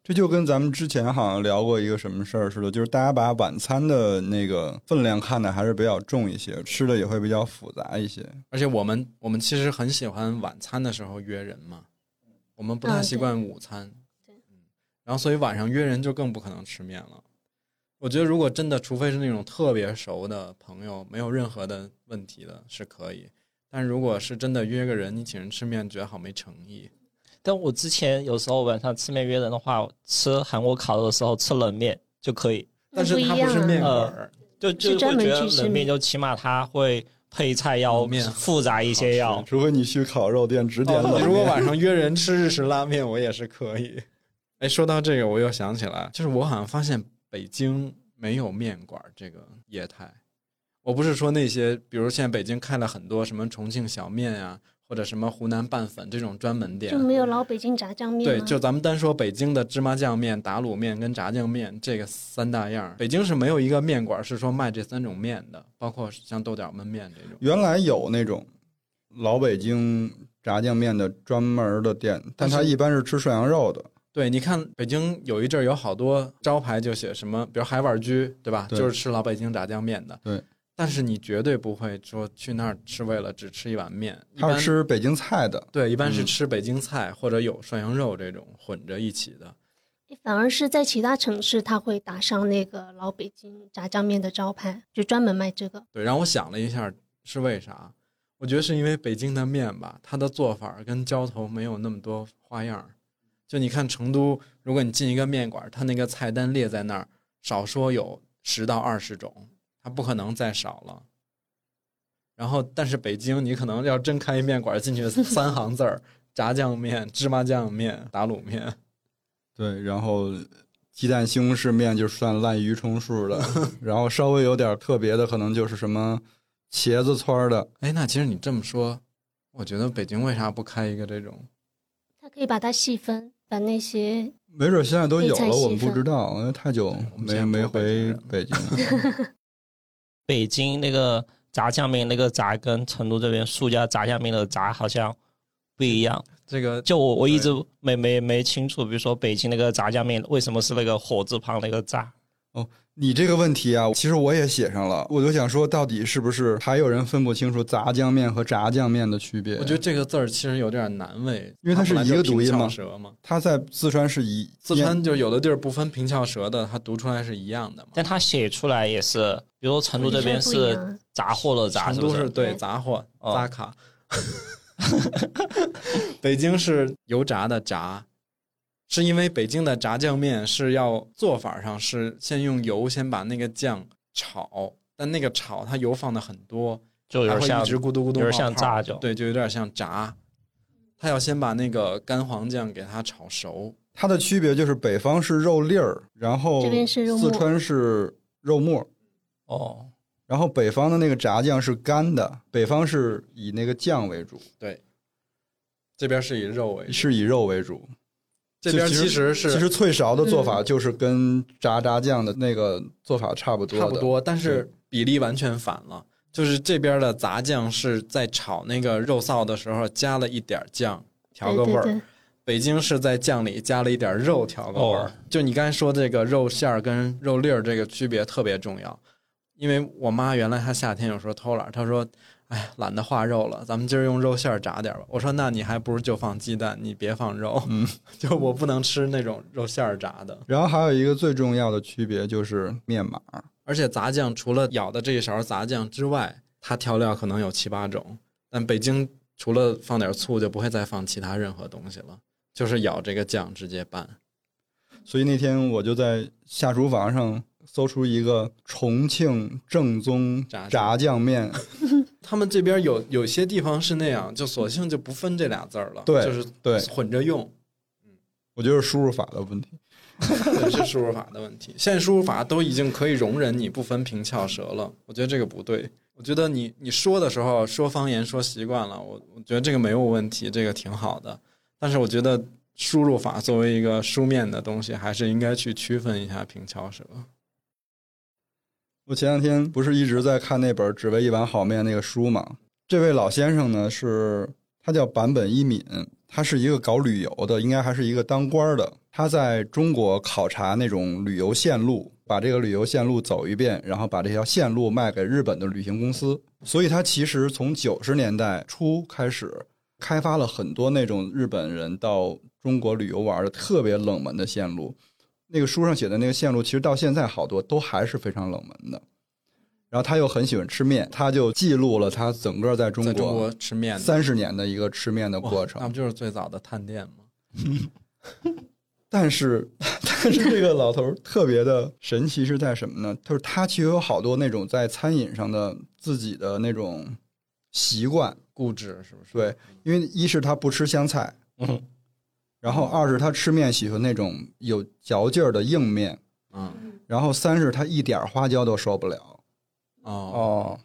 [SPEAKER 3] 这就跟咱们之前好像聊过一个什么事儿似的，就是大家把晚餐的那个分量看的还是比较重一些，吃的也会比较复杂一些。
[SPEAKER 1] 而且我们我们其实很喜欢晚餐的时候约人嘛，我们不太
[SPEAKER 2] 嗯
[SPEAKER 1] 习
[SPEAKER 2] 对
[SPEAKER 1] 惯午餐，嗯然后所以晚上约人就更不可能吃面了。我觉得如果真的，除非是那种特别熟的朋友，没有任何的问题的，是可以。但如果是真的约个人，你请人吃面，觉得好没诚意。
[SPEAKER 4] 但我之前有时候晚上吃面约人的话，吃韩国烤肉的时候吃冷面就可以，
[SPEAKER 1] 但是它
[SPEAKER 2] 那不一
[SPEAKER 1] 不
[SPEAKER 2] 样
[SPEAKER 1] 是面
[SPEAKER 4] 啊
[SPEAKER 1] 馆儿，
[SPEAKER 4] 就就是
[SPEAKER 2] 专
[SPEAKER 4] 会
[SPEAKER 2] 门
[SPEAKER 4] 觉得
[SPEAKER 2] 去吃
[SPEAKER 4] 冷面
[SPEAKER 2] 面
[SPEAKER 4] 就起码它会配菜要
[SPEAKER 1] 冷面
[SPEAKER 4] 复杂一些要，
[SPEAKER 3] 除非你去烤肉店只点冷
[SPEAKER 1] 哦
[SPEAKER 3] 面，
[SPEAKER 1] 如果晚上约人吃日式拉面， [LAUGHS] 我也是可以。哎，说到这个，我又想起来，就是我好像发现北京没有面馆儿这个业态。我不是说那些，比如现在北京开了很多什么重庆小面呀、或者什么湖南拌粉这种专门店啊
[SPEAKER 2] 就，没有老北京炸酱面
[SPEAKER 1] 嗯对，
[SPEAKER 2] 吗？
[SPEAKER 1] 就咱们单说北京的芝麻酱面、打卤面跟炸酱面这个三大样儿，北京是没有一个面馆儿是说卖这三种面的，包括像豆角焖面这种。
[SPEAKER 3] 原来有那种老北京炸酱面的专门的店，但它一般是吃涮羊肉的。
[SPEAKER 1] 对，你看北京有一阵儿有好多招牌就写什么，比如海碗居，对吧？
[SPEAKER 3] 对
[SPEAKER 1] 就是吃老北京炸酱面的。
[SPEAKER 3] 对。
[SPEAKER 1] 但是你绝对不会说去那儿是为了只吃一碗面，一
[SPEAKER 3] 它
[SPEAKER 1] 般
[SPEAKER 3] 是吃北京菜的，
[SPEAKER 1] 对，一般是
[SPEAKER 3] 嗯
[SPEAKER 1] 吃北京菜或者有涮羊肉这种混着一起的。
[SPEAKER 2] 反而是在其他城市，他会打上那个老北京炸酱面的招牌，就专门卖这个。
[SPEAKER 1] 对，然后我想了一下是为啥，我觉得是因为北京的面吧，它的做法儿跟浇头没有那么多花样儿。就你看成都，如果你进一个面馆儿，它那个菜单列在那儿，少说有十到二十种，它不可能再少了。然后，但是北京你可能要真开一面馆儿，进去 [LAUGHS] 三行字儿：炸酱面、芝麻酱面、打卤面。
[SPEAKER 3] 对，然后鸡蛋西红柿面就算滥竽充数
[SPEAKER 1] [LAUGHS]
[SPEAKER 3] 的，然后稍微有点特别的，可能就是什么茄子圈儿的，
[SPEAKER 1] 哎，那其实你这么说，我觉得北京为啥不开一个这种？
[SPEAKER 2] 他可以把它细分，把那些
[SPEAKER 3] 没准现在都有
[SPEAKER 2] 配菜
[SPEAKER 3] 了，我们
[SPEAKER 2] 细
[SPEAKER 3] 不
[SPEAKER 2] 分
[SPEAKER 3] 知道，因为太久
[SPEAKER 1] 我们现
[SPEAKER 3] 没
[SPEAKER 1] 在不
[SPEAKER 3] 没
[SPEAKER 1] 是北京
[SPEAKER 3] 回
[SPEAKER 1] 人
[SPEAKER 3] 北京了。
[SPEAKER 4] 北京那个炸酱面那个炸跟成都这边苏家炸酱面的炸好像不一样。
[SPEAKER 1] 这个
[SPEAKER 4] 就我我一直没没没清楚，比如说北京那个炸酱面为什么是那个火字旁那个炸？
[SPEAKER 3] 你这个问题啊，其实我也写上了，我就想说，到底是不是还有人分不清楚杂酱面和炸酱面的区别？
[SPEAKER 1] 我觉得这个字儿其实有点难为，
[SPEAKER 3] 因为它是
[SPEAKER 1] 本来就是
[SPEAKER 3] 一个读音嘛
[SPEAKER 1] 平翘舌嘛。
[SPEAKER 3] 它在四川是一
[SPEAKER 1] 四川就有的地儿不分平翘舌的，它读出来是一样的嘛。
[SPEAKER 4] 但它写出来也是，比如说成都这边
[SPEAKER 2] 不一
[SPEAKER 4] 是
[SPEAKER 2] 样
[SPEAKER 4] 杂货的杂，
[SPEAKER 1] 成
[SPEAKER 4] 是不
[SPEAKER 1] 都是
[SPEAKER 4] 是？
[SPEAKER 1] 对
[SPEAKER 2] 对
[SPEAKER 1] 杂货
[SPEAKER 4] 哦
[SPEAKER 1] 杂卡， [LAUGHS] 北京是油炸的炸，是因为北京的炸酱面是要做法上是先用油先把那个酱炒，但那个炒它油放的很多，
[SPEAKER 4] 就有
[SPEAKER 1] 它
[SPEAKER 4] 点
[SPEAKER 1] 会一
[SPEAKER 4] 像
[SPEAKER 1] 直咕嘟咕嘟冒泡，
[SPEAKER 4] 有点像炸就
[SPEAKER 1] 对，就有点像炸。它要先把那个干黄酱给它炒熟，
[SPEAKER 3] 它的区别就是北方是肉粒儿，然后
[SPEAKER 2] 这边是肉末
[SPEAKER 3] 四川是肉末，
[SPEAKER 4] 哦，
[SPEAKER 3] 然后北方的那个炸酱是干的，北方是以那个酱为主，
[SPEAKER 1] 这边是以肉为主，
[SPEAKER 3] 是以肉为主。
[SPEAKER 1] 这边
[SPEAKER 3] 就
[SPEAKER 1] 其实是
[SPEAKER 3] 其实脆勺的做法就是跟炸炸酱的那个做法差不多的，
[SPEAKER 1] 差不多，但是
[SPEAKER 3] 对
[SPEAKER 1] 比例完全反了。就是这边的杂酱是在炒那个肉臊的时候加了一点酱调个味儿，
[SPEAKER 2] 对对对
[SPEAKER 1] 北京是在酱里加了一点肉调个味儿。
[SPEAKER 4] 哦
[SPEAKER 1] 就你刚才说这个肉馅儿跟肉粒儿这个区别特别重要，因为我妈原来她夏天有时候偷懒儿，她说：“哎，懒得化肉了，咱们今儿用肉馅儿炸点儿吧。”我说：“那你还不如就放鸡蛋，你别放肉。
[SPEAKER 3] 嗯
[SPEAKER 1] [LAUGHS] 就我不能吃那种肉馅儿炸的。
[SPEAKER 3] 然后还有一个最重要的区别就是面码，
[SPEAKER 1] 而且杂酱除了舀的这一勺杂酱之外，它调料可能有七八种。但北京除了放点醋，就不会再放其他任何东西了，就是舀这个酱直接拌。
[SPEAKER 3] 所以那天我就在下厨房上搜出一个重庆正宗
[SPEAKER 1] 炸酱
[SPEAKER 3] 炸
[SPEAKER 1] [LAUGHS]
[SPEAKER 3] 酱面，
[SPEAKER 1] 他们这边有有些地方是那样，就索性就不分这俩字儿了，
[SPEAKER 3] 对
[SPEAKER 1] 就是
[SPEAKER 3] 对
[SPEAKER 1] 混着用，
[SPEAKER 3] 我觉得是输入法的问题。
[SPEAKER 1] 这是输入法的问题。现在输入法都已经可以容忍你不分平翘舌了，我觉得这个不对。我觉得你你说的时候说方言说习惯了，我我觉得这个没有问题，这个挺好的。但是我觉得输入法作为一个书面的东西，还是应该去区分一下平翘舌。
[SPEAKER 3] 我前两天不是一直在看那本《只为一碗好面》那个书嘛？这位老先生呢，是他叫坂本一敏，他是一个搞旅游的，应该还是一个当官的。他在中国考察那种旅游线路，把这个旅游线路走一遍，然后把这条线路卖给日本的旅行公司。所以他其实从九十年代初开始，开发了很多那种日本人到中国旅游玩的特别冷门的线路。那个书上写的那个线路，其实到现在好多都还是非常冷门的。然后他又很喜欢吃面，他就记录了他整个在中
[SPEAKER 1] 在中
[SPEAKER 3] 国
[SPEAKER 1] 国吃面的
[SPEAKER 3] 三十年的一个吃面的
[SPEAKER 1] 哇
[SPEAKER 3] 过
[SPEAKER 1] 那
[SPEAKER 3] 程
[SPEAKER 1] 不。就是最早的探店吗？
[SPEAKER 3] 但是， [LAUGHS] 但是这个老头儿特别的神奇是在什么呢？就是他其实有好多那种在餐饮上的自己的那种习惯，
[SPEAKER 1] 固执是不是？
[SPEAKER 3] 对，因为一是他不吃香菜，
[SPEAKER 4] 嗯，
[SPEAKER 3] 然后二是他吃面喜欢那种有嚼劲儿的硬面，
[SPEAKER 1] 嗯，
[SPEAKER 3] 然后三是他一点儿花椒都受不了。
[SPEAKER 1] 哦，
[SPEAKER 3] 哦，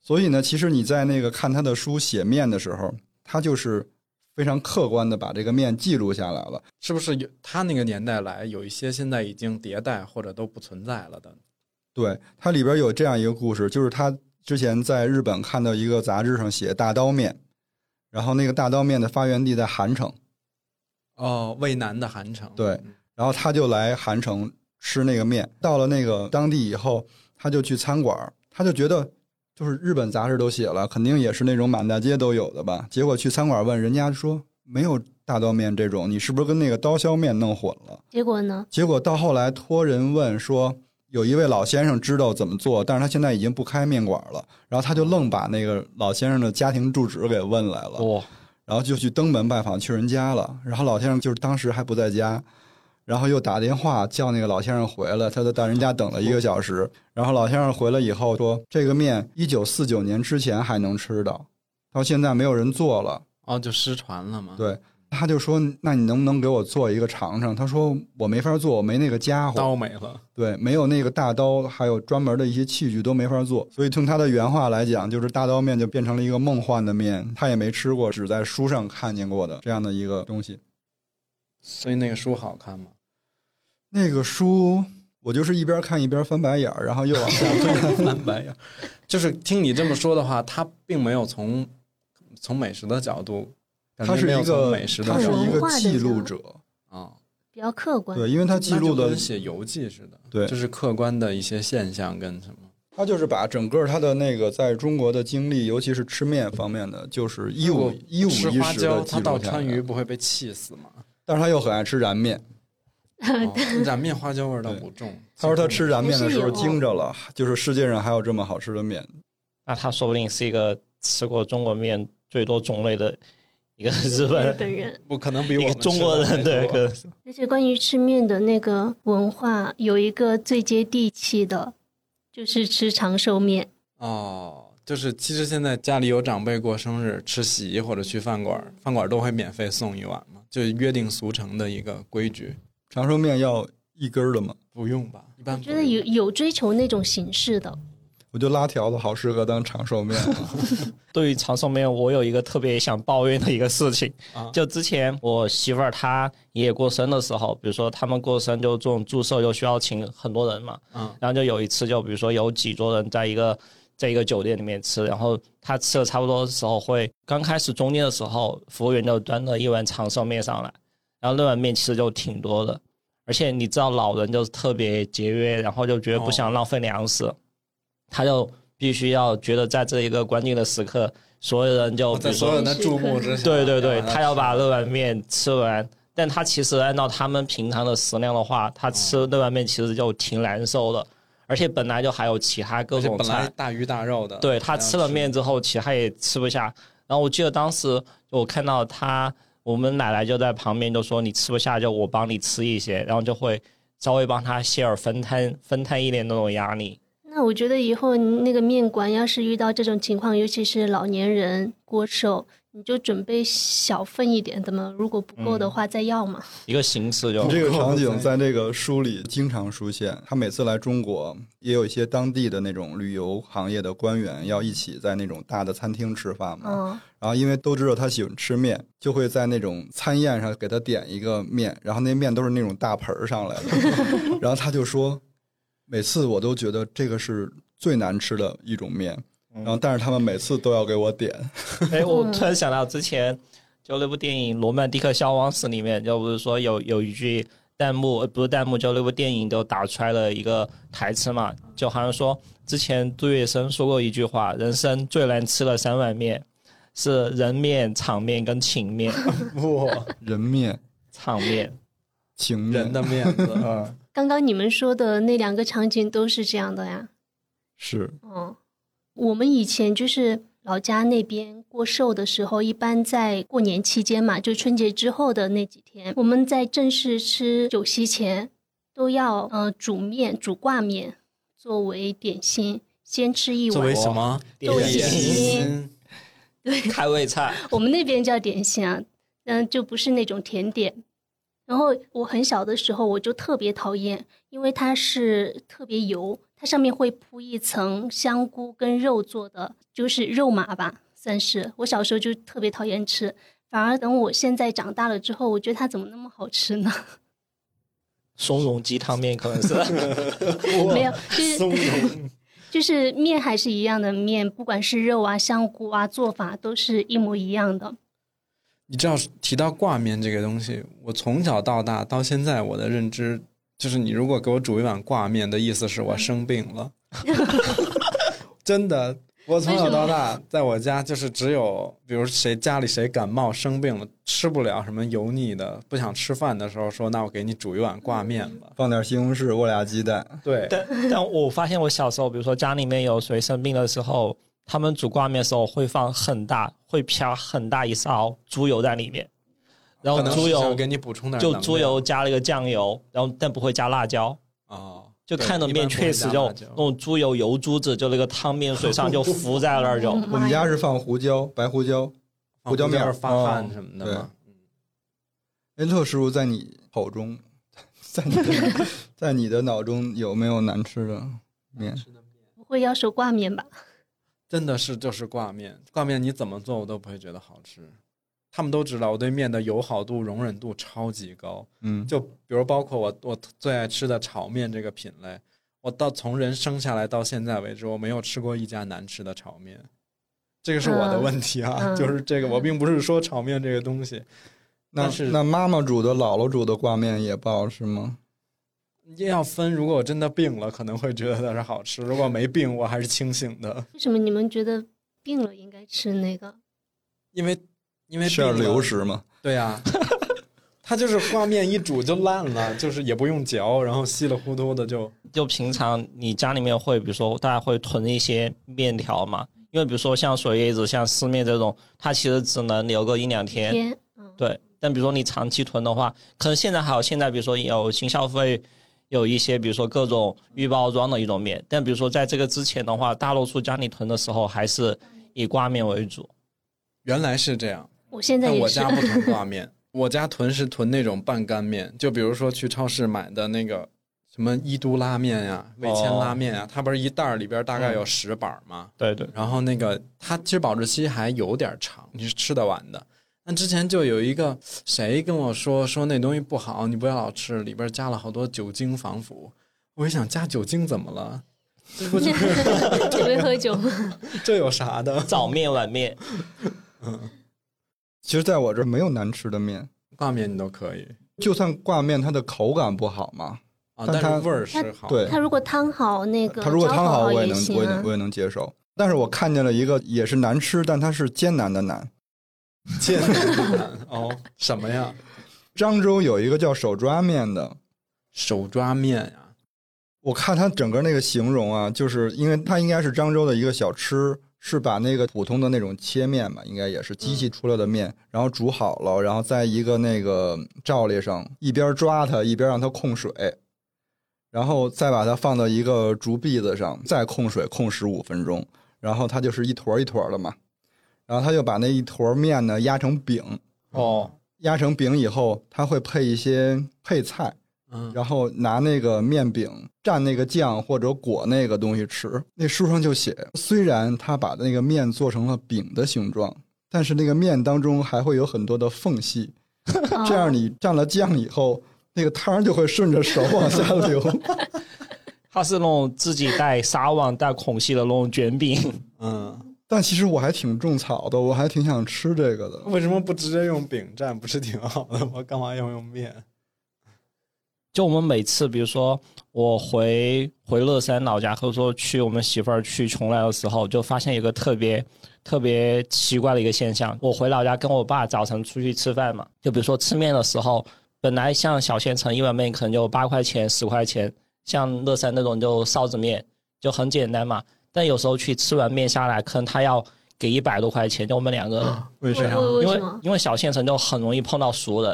[SPEAKER 3] 所以呢，其实你在那个看他的书写面的时候，他就是非常客观的把这个面记录下来了。
[SPEAKER 1] 是不是有他那个年代来有一些现在已经迭代或者都不存在了的？
[SPEAKER 3] 对，它里边有这样一个故事，就是他之前在日本看到一个杂志上写大刀面，然后那个大刀面的发源地在韩城，
[SPEAKER 1] 哦，渭南的韩城，
[SPEAKER 3] 对
[SPEAKER 1] 嗯，
[SPEAKER 3] 然后他就来韩城吃那个面。到了那个当地以后，他就去餐馆儿，他就觉得就是日本杂志都写了，肯定也是那种满大街都有的吧。结果去餐馆问人家说没有大刀面这种，你是不是跟那个刀削面弄混了？
[SPEAKER 2] 结果呢，
[SPEAKER 3] 结果到后来托人问说，有一位老先生知道怎么做，但是他现在已经不开面馆了，然后他就愣把那个老先生的家庭住址给问来了。
[SPEAKER 4] 哇，
[SPEAKER 3] 然后就去登门拜访去人家了。然后老先生就是当时还不在家，然后又打电话叫那个老先生回来，他就在人家等了一个小时。然后老先生回来以后说，这个面一九四九年之前还能吃到，到现在没有人做了。
[SPEAKER 1] 哦，就失传了嘛。，
[SPEAKER 3] 对，他就说，那你能不能给我做一个尝尝？他说我没法做，我没那个家伙。
[SPEAKER 1] 刀没了。
[SPEAKER 3] 对，没有那个大刀，还有专门的一些器具都没法做，所以从他的原话来讲，就是大刀面就变成了一个梦幻的面，他也没吃过，只在书上看见过的这样的一个东西。
[SPEAKER 1] 所以那个书好看
[SPEAKER 3] [LAUGHS]
[SPEAKER 1] 吗？
[SPEAKER 3] 那个书，我就是一边看一边翻白眼儿，然后又往下翻翻白眼儿。
[SPEAKER 1] 就是听你这么说的话，它并没有从从美食的角度，感觉
[SPEAKER 3] 他是
[SPEAKER 1] 没有
[SPEAKER 3] 一
[SPEAKER 1] 从
[SPEAKER 3] 个
[SPEAKER 1] 美食，的
[SPEAKER 3] 他是
[SPEAKER 1] 角度
[SPEAKER 3] 一
[SPEAKER 2] 文
[SPEAKER 3] 个
[SPEAKER 2] 化的
[SPEAKER 3] 记
[SPEAKER 2] 角
[SPEAKER 3] 录
[SPEAKER 2] 度
[SPEAKER 3] 者，
[SPEAKER 1] 啊，
[SPEAKER 2] 比较客观。
[SPEAKER 3] 对，因为他记
[SPEAKER 1] 那就
[SPEAKER 3] 录的
[SPEAKER 1] 跟写游记似的，
[SPEAKER 3] 对
[SPEAKER 1] 就是客观的一些现象跟什么。
[SPEAKER 3] 他就是把整个他的那个在中国的经历，尤其是吃面方面的，就是一五一五
[SPEAKER 1] 吃
[SPEAKER 3] 一
[SPEAKER 1] 花
[SPEAKER 3] 十
[SPEAKER 1] 椒，
[SPEAKER 3] 的
[SPEAKER 1] 他
[SPEAKER 3] 记
[SPEAKER 1] 到
[SPEAKER 3] 录下
[SPEAKER 1] 川渝
[SPEAKER 3] 来。
[SPEAKER 1] 不会被气死吗？
[SPEAKER 3] 但是他又很爱吃燃面。
[SPEAKER 1] 哦染面花椒味儿倒不重。
[SPEAKER 3] 他说他吃燃面的时
[SPEAKER 2] 还是
[SPEAKER 3] 候
[SPEAKER 2] 有啊
[SPEAKER 3] 惊着了，就是世界上还有这么好吃的面。
[SPEAKER 4] 那他说不定是一个吃过中国面最多种类的一个日本
[SPEAKER 2] 日
[SPEAKER 4] 人。
[SPEAKER 2] 本人，
[SPEAKER 1] 不可能比我
[SPEAKER 4] 一个
[SPEAKER 1] 们
[SPEAKER 4] 中国人
[SPEAKER 1] 吃的还
[SPEAKER 4] 对，
[SPEAKER 1] 多
[SPEAKER 4] 可
[SPEAKER 2] 而且关于吃面的那个文化，有一个最接地气的，就是吃长寿面。
[SPEAKER 1] 哦，就是其实现在家里有长辈过生日，吃席或者去饭馆，饭馆都会免费送一碗嘛，就是约定俗成的一个规矩。
[SPEAKER 3] 长寿面要一根儿的嘛，
[SPEAKER 1] 不用吧，一般不
[SPEAKER 2] 觉得
[SPEAKER 1] 用
[SPEAKER 2] 有有追求那种形式的，
[SPEAKER 3] 我就拉条子好适合当长寿面啊。
[SPEAKER 4] 对于长寿面，我有一个特别想抱怨的一个事情
[SPEAKER 1] 啊，
[SPEAKER 4] 就之前我媳妇儿她爷爷过生的时候，比如说他们过生就这种祝寿又需要请很多人嘛，
[SPEAKER 1] 嗯
[SPEAKER 4] 然后就有一次就比如说有几桌人在一个在一个酒店里面吃，然后他吃的差不多的时候会刚开始中间的时候，服务员就端了一碗长寿面上来，然后那碗面其实就挺多的，而且你知道老人就是特别节约，然后就觉得不想浪费粮食，他就必须要觉得在这一个关键的时刻，所有人就比
[SPEAKER 1] 在
[SPEAKER 4] 如
[SPEAKER 1] 所
[SPEAKER 4] 说
[SPEAKER 1] 哦有人的注目之下，
[SPEAKER 4] 对对对，
[SPEAKER 1] 然后
[SPEAKER 4] 他要把那碗面吃完。但他其实按照他们平常的食量的话，他吃那碗面其实就挺难受的，而且本来就还有其他各
[SPEAKER 1] 而且
[SPEAKER 4] 种
[SPEAKER 1] 本来
[SPEAKER 4] 菜，
[SPEAKER 1] 大鱼大肉的，
[SPEAKER 4] 对他吃了面之后，其他也吃不下。然后我记得当时我看到他，我们奶奶就在旁边就说：“你吃不下就我帮你吃一些。”然后就会稍微帮他卸而分摊分摊一点那种压力。
[SPEAKER 2] 那我觉得以后那个面馆要是遇到这种情况，尤其是老年人过寿，你就准备小份一点的嘛，如果不够的话再要嘛。
[SPEAKER 4] 一个形式就
[SPEAKER 3] 这个场景在这个书里经常出现。他每次来中国，也有一些当地的那种旅游行业的官员要一起在那种大的餐厅吃饭嘛。
[SPEAKER 2] 嗯，
[SPEAKER 3] 然后啊因为都知道他喜欢吃面，就会在那种餐宴上给他点一个面，然后那面都是那种大盆儿上来的，然后他就说：“每次我都觉得这个是最难吃的一种面，
[SPEAKER 1] 嗯
[SPEAKER 3] 然后但是他们每次都要给我点，
[SPEAKER 4] [LAUGHS] 哎，我突然想到之前就那部电影《罗曼蒂克消亡史》里面，就不是说有有一句弹幕，呃不是弹幕，就那部电影都打出来了一个台词嘛，就好像说之前杜月笙说过一句话：“人生最难吃的三碗面是人面、场面跟情面。 [LAUGHS]
[SPEAKER 1] 哇，
[SPEAKER 3] 人面、
[SPEAKER 4] 场面
[SPEAKER 3] 情面
[SPEAKER 1] 人的面
[SPEAKER 4] [LAUGHS]
[SPEAKER 1] 子，
[SPEAKER 3] 啊，
[SPEAKER 2] 刚刚你们说的那两个场景都是这样的呀。
[SPEAKER 3] 是
[SPEAKER 2] 嗯，我们以前就是老家那边过寿的时候，一般在过年期间嘛，就春节之后的那几天，我们在正式吃酒席前都要呃煮面、煮挂面作为点心，先吃一
[SPEAKER 1] 作为
[SPEAKER 2] 碗。
[SPEAKER 1] 什么
[SPEAKER 4] 作
[SPEAKER 2] 为
[SPEAKER 1] 点
[SPEAKER 2] 心
[SPEAKER 4] 开胃菜，
[SPEAKER 2] 我们那边叫点心啊，嗯，就不是那种甜点。然后我很小的时候我就特别讨厌，因为它是特别油，它上面会铺一层香菇跟肉做的，就是肉麻吧，算是。我小时候就特别讨厌吃，反而等我现在长大了之后，我觉得它怎么那么好吃呢？ [LAUGHS]
[SPEAKER 4] 松茸鸡汤面可能是
[SPEAKER 2] 没有，就是
[SPEAKER 1] 茸
[SPEAKER 2] [LAUGHS] 就是面还是一样的面，不管是肉啊、香菇啊，做法都是一模一样的。
[SPEAKER 1] 你知道提到挂面这个东西，我从小到大到现在我的认知就是，你如果给我煮一碗挂面的意思是我生病了，真的。我从小到大，在我家就是只有，比如谁家里谁感冒生病了，吃不了什么油腻的，不想吃饭的时候，说那我给你煮一碗挂面吧。
[SPEAKER 3] 放点西红柿，握俩鸡蛋，
[SPEAKER 1] 对，
[SPEAKER 4] 但但我发现我小时候，比如说家里面有谁生病的时候，他们煮挂面的时候会放很大，会飘很大一勺猪油在里面，然后
[SPEAKER 1] 可能
[SPEAKER 4] 猪
[SPEAKER 1] 是想
[SPEAKER 4] 油
[SPEAKER 1] 给你补充点能
[SPEAKER 4] 就
[SPEAKER 1] 量，
[SPEAKER 4] 猪油加了一个酱油，然后但不会加辣椒，
[SPEAKER 1] 哦，
[SPEAKER 4] 就
[SPEAKER 1] 对
[SPEAKER 4] 看着
[SPEAKER 1] 一般
[SPEAKER 4] 面
[SPEAKER 1] 不会
[SPEAKER 4] 确实
[SPEAKER 1] 加
[SPEAKER 4] 就
[SPEAKER 1] 辣椒
[SPEAKER 4] 那种猪油油珠子，就那个汤面水上就浮在那儿就
[SPEAKER 1] [LAUGHS]
[SPEAKER 2] 嗯
[SPEAKER 3] 我们家是放胡椒、白胡椒。
[SPEAKER 1] 放
[SPEAKER 3] 胡椒面儿
[SPEAKER 1] 发
[SPEAKER 4] 哦
[SPEAKER 1] 汗什么的嘛。
[SPEAKER 3] 恩哎特师傅在你口中， [LAUGHS] 在你的 [LAUGHS] 在你的脑中有没有难吃的面？
[SPEAKER 2] 不会要手挂面吧？
[SPEAKER 1] 真的是就是挂面，挂面你怎么做我都不会觉得好吃。他们都知道我对面的友好度、容忍度超级高，
[SPEAKER 3] 嗯，
[SPEAKER 1] 就比如包括我我最爱吃的炒面这个品类，我到从人生下来到现在为止，我没有吃过一家难吃的炒面。这个是我的问题啊，
[SPEAKER 2] 嗯嗯
[SPEAKER 1] 就是这个，我并不是说炒面这个东西，
[SPEAKER 3] 那
[SPEAKER 1] 但是
[SPEAKER 3] 那妈妈煮的、姥姥煮的挂面也不好吃吗？
[SPEAKER 1] 要分。如果我真的病了，可能会觉得它是好吃；如果没病，我还是清醒的，
[SPEAKER 2] 为什么你们觉得病了应该吃那个？
[SPEAKER 1] 因为因为
[SPEAKER 2] 哎
[SPEAKER 3] 是要
[SPEAKER 1] 病了
[SPEAKER 3] 流食吗？
[SPEAKER 1] 对呀、
[SPEAKER 2] [LAUGHS]
[SPEAKER 1] 它就是挂面一煮就烂了，就是也不用嚼，然后稀里糊涂的就
[SPEAKER 4] 就平常你家里面会，比如说大家会囤一些面条嘛，因为比如说像水叶子、像丝面这种，它其实只能留个一两天。
[SPEAKER 2] 天，嗯，
[SPEAKER 4] 对，但比如说你长期囤的话，可能现在还有现在，比如说有新消费，有一些比如说各种预包装的一种面，但比如说在这个之前的话，大多数家里囤的时候还是以挂面为主。
[SPEAKER 1] 原来是这样。
[SPEAKER 2] 我现在
[SPEAKER 1] 但
[SPEAKER 2] 也
[SPEAKER 1] 我
[SPEAKER 2] 是
[SPEAKER 1] 家不囤挂面， [LAUGHS] 我家囤是囤那种半干面，就比如说去超市买的那个什么伊都拉面呀、
[SPEAKER 2] 哦
[SPEAKER 1] 味千拉面呀、它不是一袋儿里边大概
[SPEAKER 2] 嗯
[SPEAKER 1] 有十板吗？
[SPEAKER 4] 对对，
[SPEAKER 1] 然后那个它其实保质期还有点长，你是吃得完的。但之前就有一个谁跟我说说那东西不好，你不要老吃，里边加了好多酒精防腐。我一想加酒精怎么了？这不就
[SPEAKER 2] [LAUGHS] 准备喝酒吗？
[SPEAKER 1] 这有啥的？
[SPEAKER 4] 早面晚面，
[SPEAKER 3] 其实，在我这儿没有难吃的面，
[SPEAKER 1] [LAUGHS] 挂面你都可以
[SPEAKER 3] 就算挂面，它的口感不好嘛，
[SPEAKER 1] 啊，
[SPEAKER 3] 但
[SPEAKER 1] 但
[SPEAKER 3] 它
[SPEAKER 1] 是味儿是好。
[SPEAKER 3] 对
[SPEAKER 2] [LAUGHS] 他如果汤好，那个
[SPEAKER 3] 它如果
[SPEAKER 2] 糟
[SPEAKER 3] 汤好，
[SPEAKER 2] 好
[SPEAKER 3] 我也
[SPEAKER 2] 也
[SPEAKER 3] 能，
[SPEAKER 2] 行
[SPEAKER 3] 我也
[SPEAKER 2] 啊
[SPEAKER 3] 能，我。也能接受。但是我看见了一个也是难吃，但它是艰难的难。
[SPEAKER 1] 切 [LAUGHS] 难哦，什么呀？
[SPEAKER 3] 漳州有一个叫手抓面的，
[SPEAKER 1] 手抓面呀、
[SPEAKER 3] 我看它整个那个形容啊，就是因为它应该是漳州的一个小吃，是把那个普通的那种切面嘛，应该也是机器出来的面，然后煮好了，然后在一个那个罩里上一边抓它，一边让它控水，然后再把它放到一个竹篦子上，再控水控十五分钟，然后它就是一坨儿一坨儿的嘛，然后他就把那一坨儿面呢压成饼，
[SPEAKER 4] 哦，
[SPEAKER 3] 压成饼以后，它会配一些配菜。
[SPEAKER 1] 嗯，
[SPEAKER 3] 然后拿那个面饼蘸那个酱或者裹那个东西吃。那书上就写，虽然他把那个面做成了饼的形状，但是那个面当中还会有很多的
[SPEAKER 2] [LAUGHS]
[SPEAKER 3] 缝隙，这样
[SPEAKER 2] 哦
[SPEAKER 3] 你蘸了酱以后，那个汤就会顺着手往下流。
[SPEAKER 4] 它是那种自己带纱网、带孔隙的那种卷饼，
[SPEAKER 1] 嗯，
[SPEAKER 3] [LAUGHS] 但其实我还挺种草的，我还挺想吃这个的。
[SPEAKER 1] 为什么不直接用饼蘸？不是挺好的吗？干嘛要用面？
[SPEAKER 4] 就我们每次，比如说我回回乐山老家，或者说去我们媳妇儿去邛崃的时候，就发现一个特别特别奇怪的一个现象。我回老家跟我爸早晨出去吃饭嘛，就比如说吃面的时候，本来像小县城一碗面可能就八块钱、十块钱，像乐山那种就臊子面就很简单嘛。但有时候去吃完面下来，可能他要给一百多块钱，就我们两个人，
[SPEAKER 1] 为啥？
[SPEAKER 2] 我为
[SPEAKER 4] 因
[SPEAKER 2] 什
[SPEAKER 4] 为
[SPEAKER 2] 么？
[SPEAKER 4] 因为小县城就很容易碰到熟人，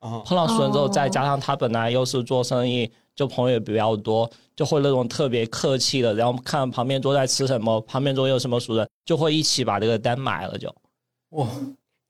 [SPEAKER 1] 啊，
[SPEAKER 4] 碰到熟人之后，
[SPEAKER 2] 哦
[SPEAKER 4] 再加上他本来又是做生意，就朋友也比较多，就会那种特别客气的，然后看旁边桌在吃什么，旁边桌有什么熟人，就会一起把这个单买了就。
[SPEAKER 1] 哇，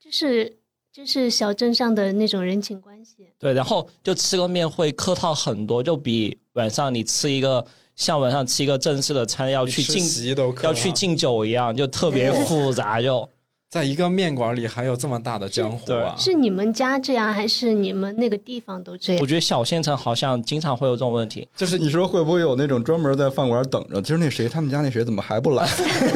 [SPEAKER 2] 就是就是小镇上的那种人情关系。
[SPEAKER 4] 对，然后就吃个面会客套很多，就比晚上你吃一个像晚上吃一个正式的餐要
[SPEAKER 1] 你
[SPEAKER 4] 去
[SPEAKER 1] 吃
[SPEAKER 4] 敬
[SPEAKER 1] 席都可
[SPEAKER 4] 要去
[SPEAKER 1] 怕
[SPEAKER 4] 敬酒一样，就特别复杂就。
[SPEAKER 1] 在一个面馆里还有这么大的江湖啊！
[SPEAKER 2] 是你们家这样，还是你们那个地方都这
[SPEAKER 4] 我
[SPEAKER 2] 样？
[SPEAKER 4] 觉得小县城好像经常会有这种问题，
[SPEAKER 3] 就是你说会不会有那种专门在饭馆等着？今儿那谁他们家那谁怎么还不来？ [LAUGHS]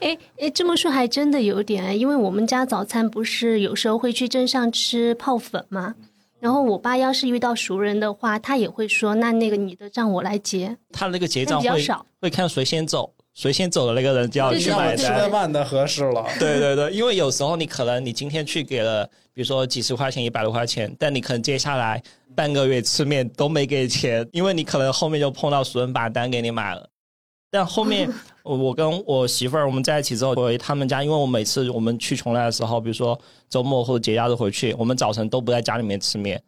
[SPEAKER 2] 哎哎，这么说还真的有点，因为我们家早餐不是有时候会去镇上吃泡粉嘛。
[SPEAKER 3] 嗯
[SPEAKER 2] 然后我爸要是遇到熟人的话，他也会说：“那那个你的账我来结。
[SPEAKER 4] 他那个”结
[SPEAKER 2] 但
[SPEAKER 4] 账
[SPEAKER 2] 比较
[SPEAKER 4] 会
[SPEAKER 2] 少，
[SPEAKER 4] 会看谁先走，谁先走的那个人就要
[SPEAKER 2] 对
[SPEAKER 4] 去
[SPEAKER 2] 对
[SPEAKER 4] 买
[SPEAKER 2] 对对
[SPEAKER 1] 吃
[SPEAKER 4] 单。
[SPEAKER 1] 的慢的合适了，
[SPEAKER 4] 对对对，因为有时候你可能你今天去给了，比如说几十块钱、一百多块钱，但你可能接下来半个月吃面都没给钱，因为你可能后面就碰到熟人把单给你买了。但后面我我跟我媳妇儿我们在一起之后回他们家，因为我每次我们去邛崃的时候，比如说周末或者节假日回去，我们早晨都不在家里面吃面，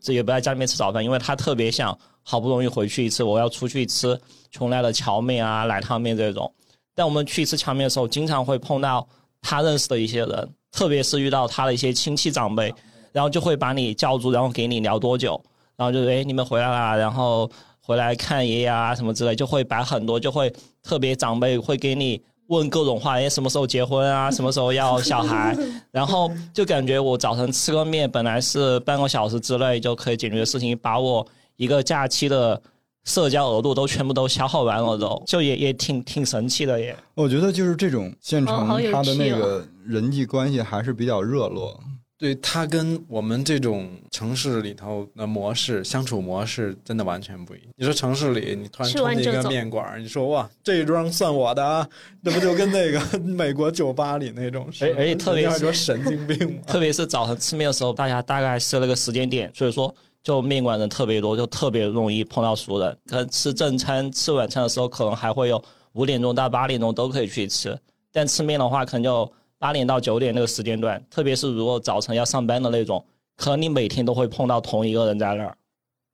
[SPEAKER 4] 这也不在家里面吃早饭，因为她特别想好不容易回去一次，我要出去吃邛崃的荞面啊、奶汤面这种。但我们去吃荞面的时候，经常会碰到他认识的一些人，特别是遇到他的一些亲戚长辈，然后就会把你叫住，然后给你聊多久，然后就是哎你们回来啦，然后回来看爷爷啊什么之类，就会摆很多，就会特别长辈会给你问各种话，哎什么时候结婚 [LAUGHS] 啊，什么时候要小孩，然后就感觉我早晨吃个面本来是半个小时之内就可以解决的事情，把我一个假期的。社交额度都全部都消耗完了都，就也也挺挺神奇的也。
[SPEAKER 3] 我觉得就是这种现
[SPEAKER 2] 哦
[SPEAKER 3] 场，
[SPEAKER 2] 好有
[SPEAKER 3] 他
[SPEAKER 2] 趣
[SPEAKER 3] 的那
[SPEAKER 2] 哦
[SPEAKER 3] 个人际关系还是比较热络。
[SPEAKER 1] 对它跟我们这种城市里头的模式相处模式真的完全不一样。你说城市里你突然
[SPEAKER 2] 吃完
[SPEAKER 1] 冲进一
[SPEAKER 2] 就
[SPEAKER 1] 个
[SPEAKER 2] 走
[SPEAKER 1] 面馆儿，你说哇这一桌算我的啊，这不就跟那
[SPEAKER 3] [LAUGHS]
[SPEAKER 1] 个美国酒吧里那种似的，
[SPEAKER 4] 而
[SPEAKER 3] 哎
[SPEAKER 4] 而且特别
[SPEAKER 1] 人家
[SPEAKER 4] 是
[SPEAKER 1] 说神经病嘛。
[SPEAKER 4] 特别是早晨吃面的时候，大家大概是那个时间点，所以说就面馆人特别多，就特别容易碰到熟人。可能吃正餐、吃晚餐的时候，可能还会有五点钟到八点钟都可以去吃，但吃面的话，可能就八点到九点那个时间段，特别是如果早晨要上班的那种，可能你每天都会碰到同一个人在那儿。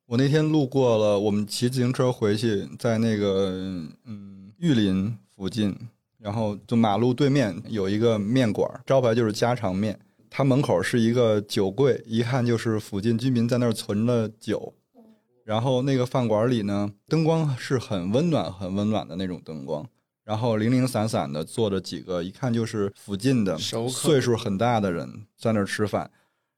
[SPEAKER 3] 我那天路过了，我们骑自行车回去，在那个嗯玉林附近，然后就马路对面有一个面馆儿，招牌就是家常面，它门口是一个酒柜，一看就是附近居民在那儿存了酒。然后那个饭馆里呢，灯光是很温暖、很温暖的那种灯光，然后零零散散的坐着几个，一看就是附近的
[SPEAKER 1] 熟客
[SPEAKER 3] 岁数很大的人在那儿吃饭。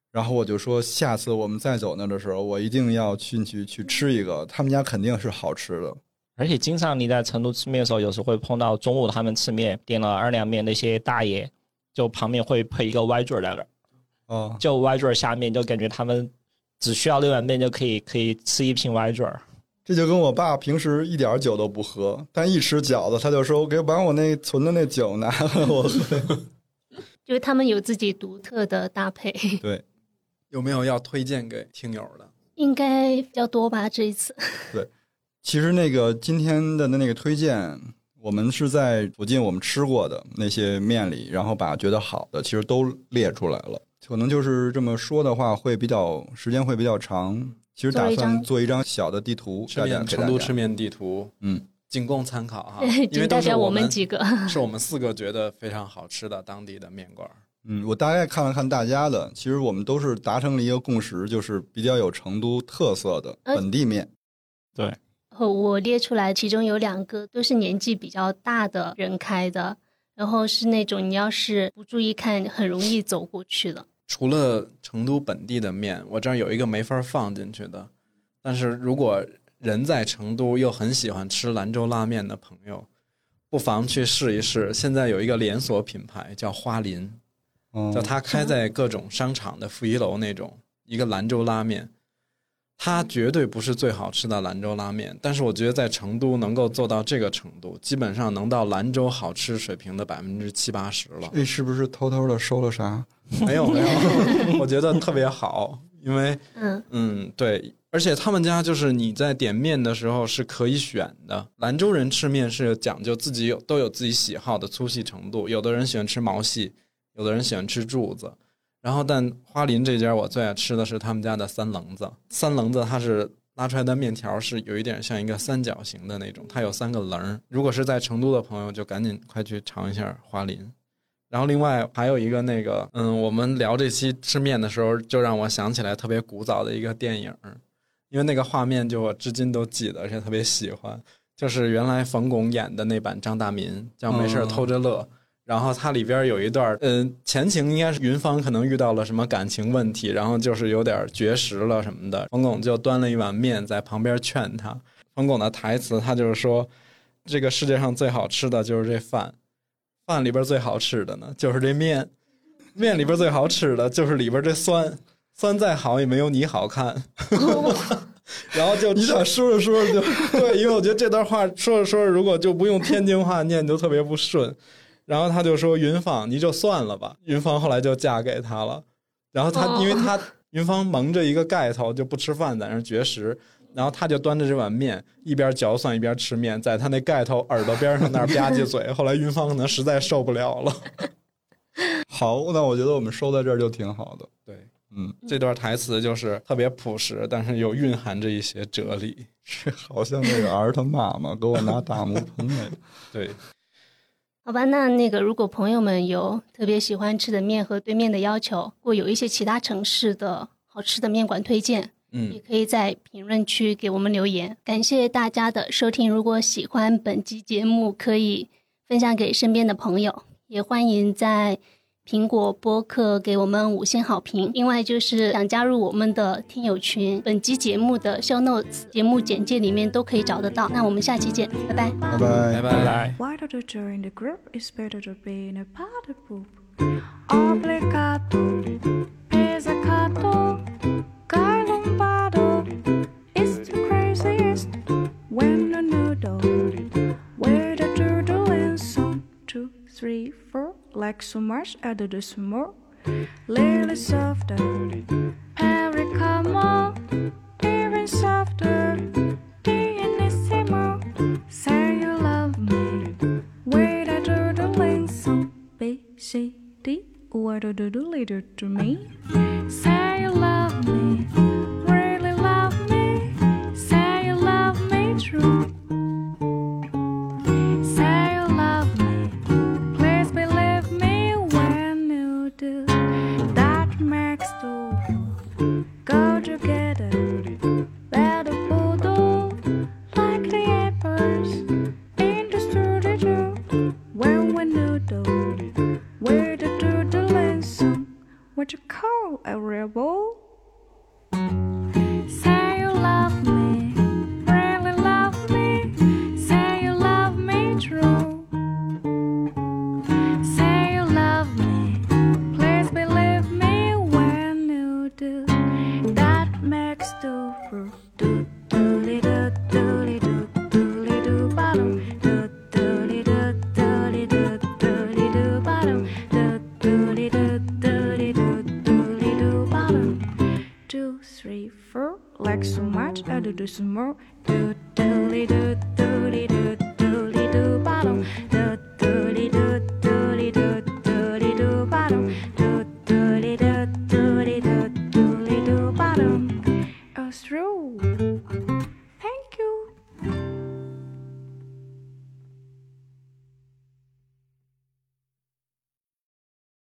[SPEAKER 3] 然后我就说，下次我们再走那儿的时候，我一定要进去去吃一个，他们家肯定是好吃的。
[SPEAKER 4] 而且经常你在成都吃面的时候，有时候会碰到中午他们吃面点了二两面那些大爷，就旁边会配一个歪嘴儿在那儿。
[SPEAKER 3] 哦，
[SPEAKER 4] 就歪嘴儿下面，就感觉他们只需要六碗面就可以可以吃一瓶歪嘴儿。
[SPEAKER 3] 这就跟我爸平时一点儿酒都不喝，但一吃饺子他就说：“我给把我那存的那酒拿了，
[SPEAKER 1] [LAUGHS]
[SPEAKER 3] 我喝。”
[SPEAKER 2] 就是他们有自己独特的搭配，
[SPEAKER 3] 对
[SPEAKER 1] [LAUGHS] 有没有要推荐给听友的？
[SPEAKER 2] 应该比较多吧？这一次，
[SPEAKER 3] 其实那个今天的那个推荐，我们是在附近我们吃过的那些面里，然后把觉得好的其实都列出来了。可能就是这么说的话，会比较时间会比较长。其实打
[SPEAKER 2] 做一张，
[SPEAKER 3] 算做一张小的地图，
[SPEAKER 1] 吃
[SPEAKER 3] 大家
[SPEAKER 1] 面
[SPEAKER 3] 给
[SPEAKER 1] 成
[SPEAKER 3] 大
[SPEAKER 1] 都
[SPEAKER 3] 家
[SPEAKER 1] 吃面地图，
[SPEAKER 3] 嗯，
[SPEAKER 1] 仅供参考哈啊因为
[SPEAKER 2] 仅
[SPEAKER 1] 当
[SPEAKER 2] 代
[SPEAKER 1] 时
[SPEAKER 2] 表
[SPEAKER 1] 我
[SPEAKER 2] 们几个。
[SPEAKER 1] 是我们四个觉得非常好吃的当地的面馆儿。
[SPEAKER 3] 嗯，我大概看了看大家的，其实我们都是达成了一个共识，就是比较有成都特色的
[SPEAKER 2] 呃
[SPEAKER 3] 本地面。
[SPEAKER 2] 后哦我列出来，其中有两个都是年纪比较大的人开的，然后是那种你要是不注意看，很容易走过去的。
[SPEAKER 1] 除了成都本地的面，我这儿有一个没法放进去的，但是如果人在成都又很喜欢吃兰州拉面的朋友，不妨去试一试。现在有一个连锁品牌叫花林，
[SPEAKER 3] 嗯
[SPEAKER 1] 就它开在各种商场的负一楼那种一个兰州拉面，它绝对不是最好吃的兰州拉面，但是我觉得在成都能够做到这个程度，基本上能到兰州好吃水平的百分之七八十了。
[SPEAKER 3] 这哎是不是偷偷的收了啥？
[SPEAKER 1] [LAUGHS] 没有没有，我 [LAUGHS] 觉得特别好，因为
[SPEAKER 2] 嗯，
[SPEAKER 1] 嗯对，而且他们家就是你在点面的时候是可以选的。兰州人吃面是讲究自己有都有自己喜好的粗细程度，有的人喜欢吃毛细，有的人喜欢吃柱子。然后，但花林这家我最爱吃的是他们家的三棱子。三棱子它是拉出来的面条是有一点像一个三角形的那种，它有三个棱儿。如果是在成都的朋友，就赶紧快去尝一下花林。然后另外还有一个那个，嗯，我们聊这期吃面的时候，就让我想起来特别古早的一个电影儿，因为那个画面就我至今都记得，而且特别喜欢，就是原来冯巩演的那版张大民叫《没事儿偷着乐》。然后它里边有一段儿，嗯，前情应该是云芳可能遇到了什么感情问题，然后就是有点绝食了什么的。冯巩就端了一碗面在旁边劝他。冯巩的台词他就是说，这个世界上最好吃的就是这饭，饭里边最好吃的呢就是这面，面里边最好吃的就是里边这酸，酸再好也没有你好看。 [LAUGHS] 然后就
[SPEAKER 3] 你咋说着说着就
[SPEAKER 1] [LAUGHS] 对，因为我觉得这段话说着说着，如果就不用天津话念，就特别不顺。然后他就说：“云芳，你就算了吧。”云芳后来就嫁给他了。然后他，
[SPEAKER 2] 哦
[SPEAKER 1] 因为他云芳蒙着一个盖头就不吃饭，在那儿绝食。然后他就端着这碗面，一边嚼蒜一边吃面，在他那盖头耳朵边上那儿吧唧 [LAUGHS] 嘴。后来云芳可能实在受不了了，
[SPEAKER 3] 好？那我觉得我们收在这儿就挺好的。
[SPEAKER 1] 对。
[SPEAKER 3] 嗯，
[SPEAKER 1] 这段台词就是特别朴实，但是又蕴含着一些哲理。
[SPEAKER 3] 这好像那个儿他妈妈给我拿大木盆那个。
[SPEAKER 1] 对，
[SPEAKER 2] 好吧，那那个如果朋友们有特别喜欢吃的面和对面的要求，或有一些其他城市的好吃的面馆推荐，也
[SPEAKER 1] 嗯，
[SPEAKER 2] 可以在评论区给我们留言。感谢大家的收听，如果喜欢本期节目，可以分享给身边的朋友，也欢迎在苹果播客给我们五星好评。另外就是想加入我们的听友群，本期节目的 show notes 节目简介里面都可以找得到。那我们下期见，拜拜。
[SPEAKER 3] 拜
[SPEAKER 1] 拜。
[SPEAKER 3] 拜
[SPEAKER 5] 拜拜。
[SPEAKER 6] Why do join the group? It's better to be in a party group. Obrigado, pesacado, calombado. It's the craziest when the noodle. Where the turtle is one, two, three, four. Like so much, I do this more. Little softer, every come on, even softer. Pianissimo, say you love me. Wait, I do the link song. B, C, D. What do you do later to me? Say you love me, really love me. Say you love me true. Say you love me, please believe me when you do. That makes two go together. Where the photo, like the apples, in the studio, where we noodle, where the turtle is sung, what you call a rebel? Say you love me, really love me, say you love me true. Say you love me, please believe me when you do. That makes do for do doody do doody do doody do bottom do doody do doody do doody do bottom do doody do doody do doody do bottom Uh, two, three, four. Like so much, I do this more. Do doodly do Oh,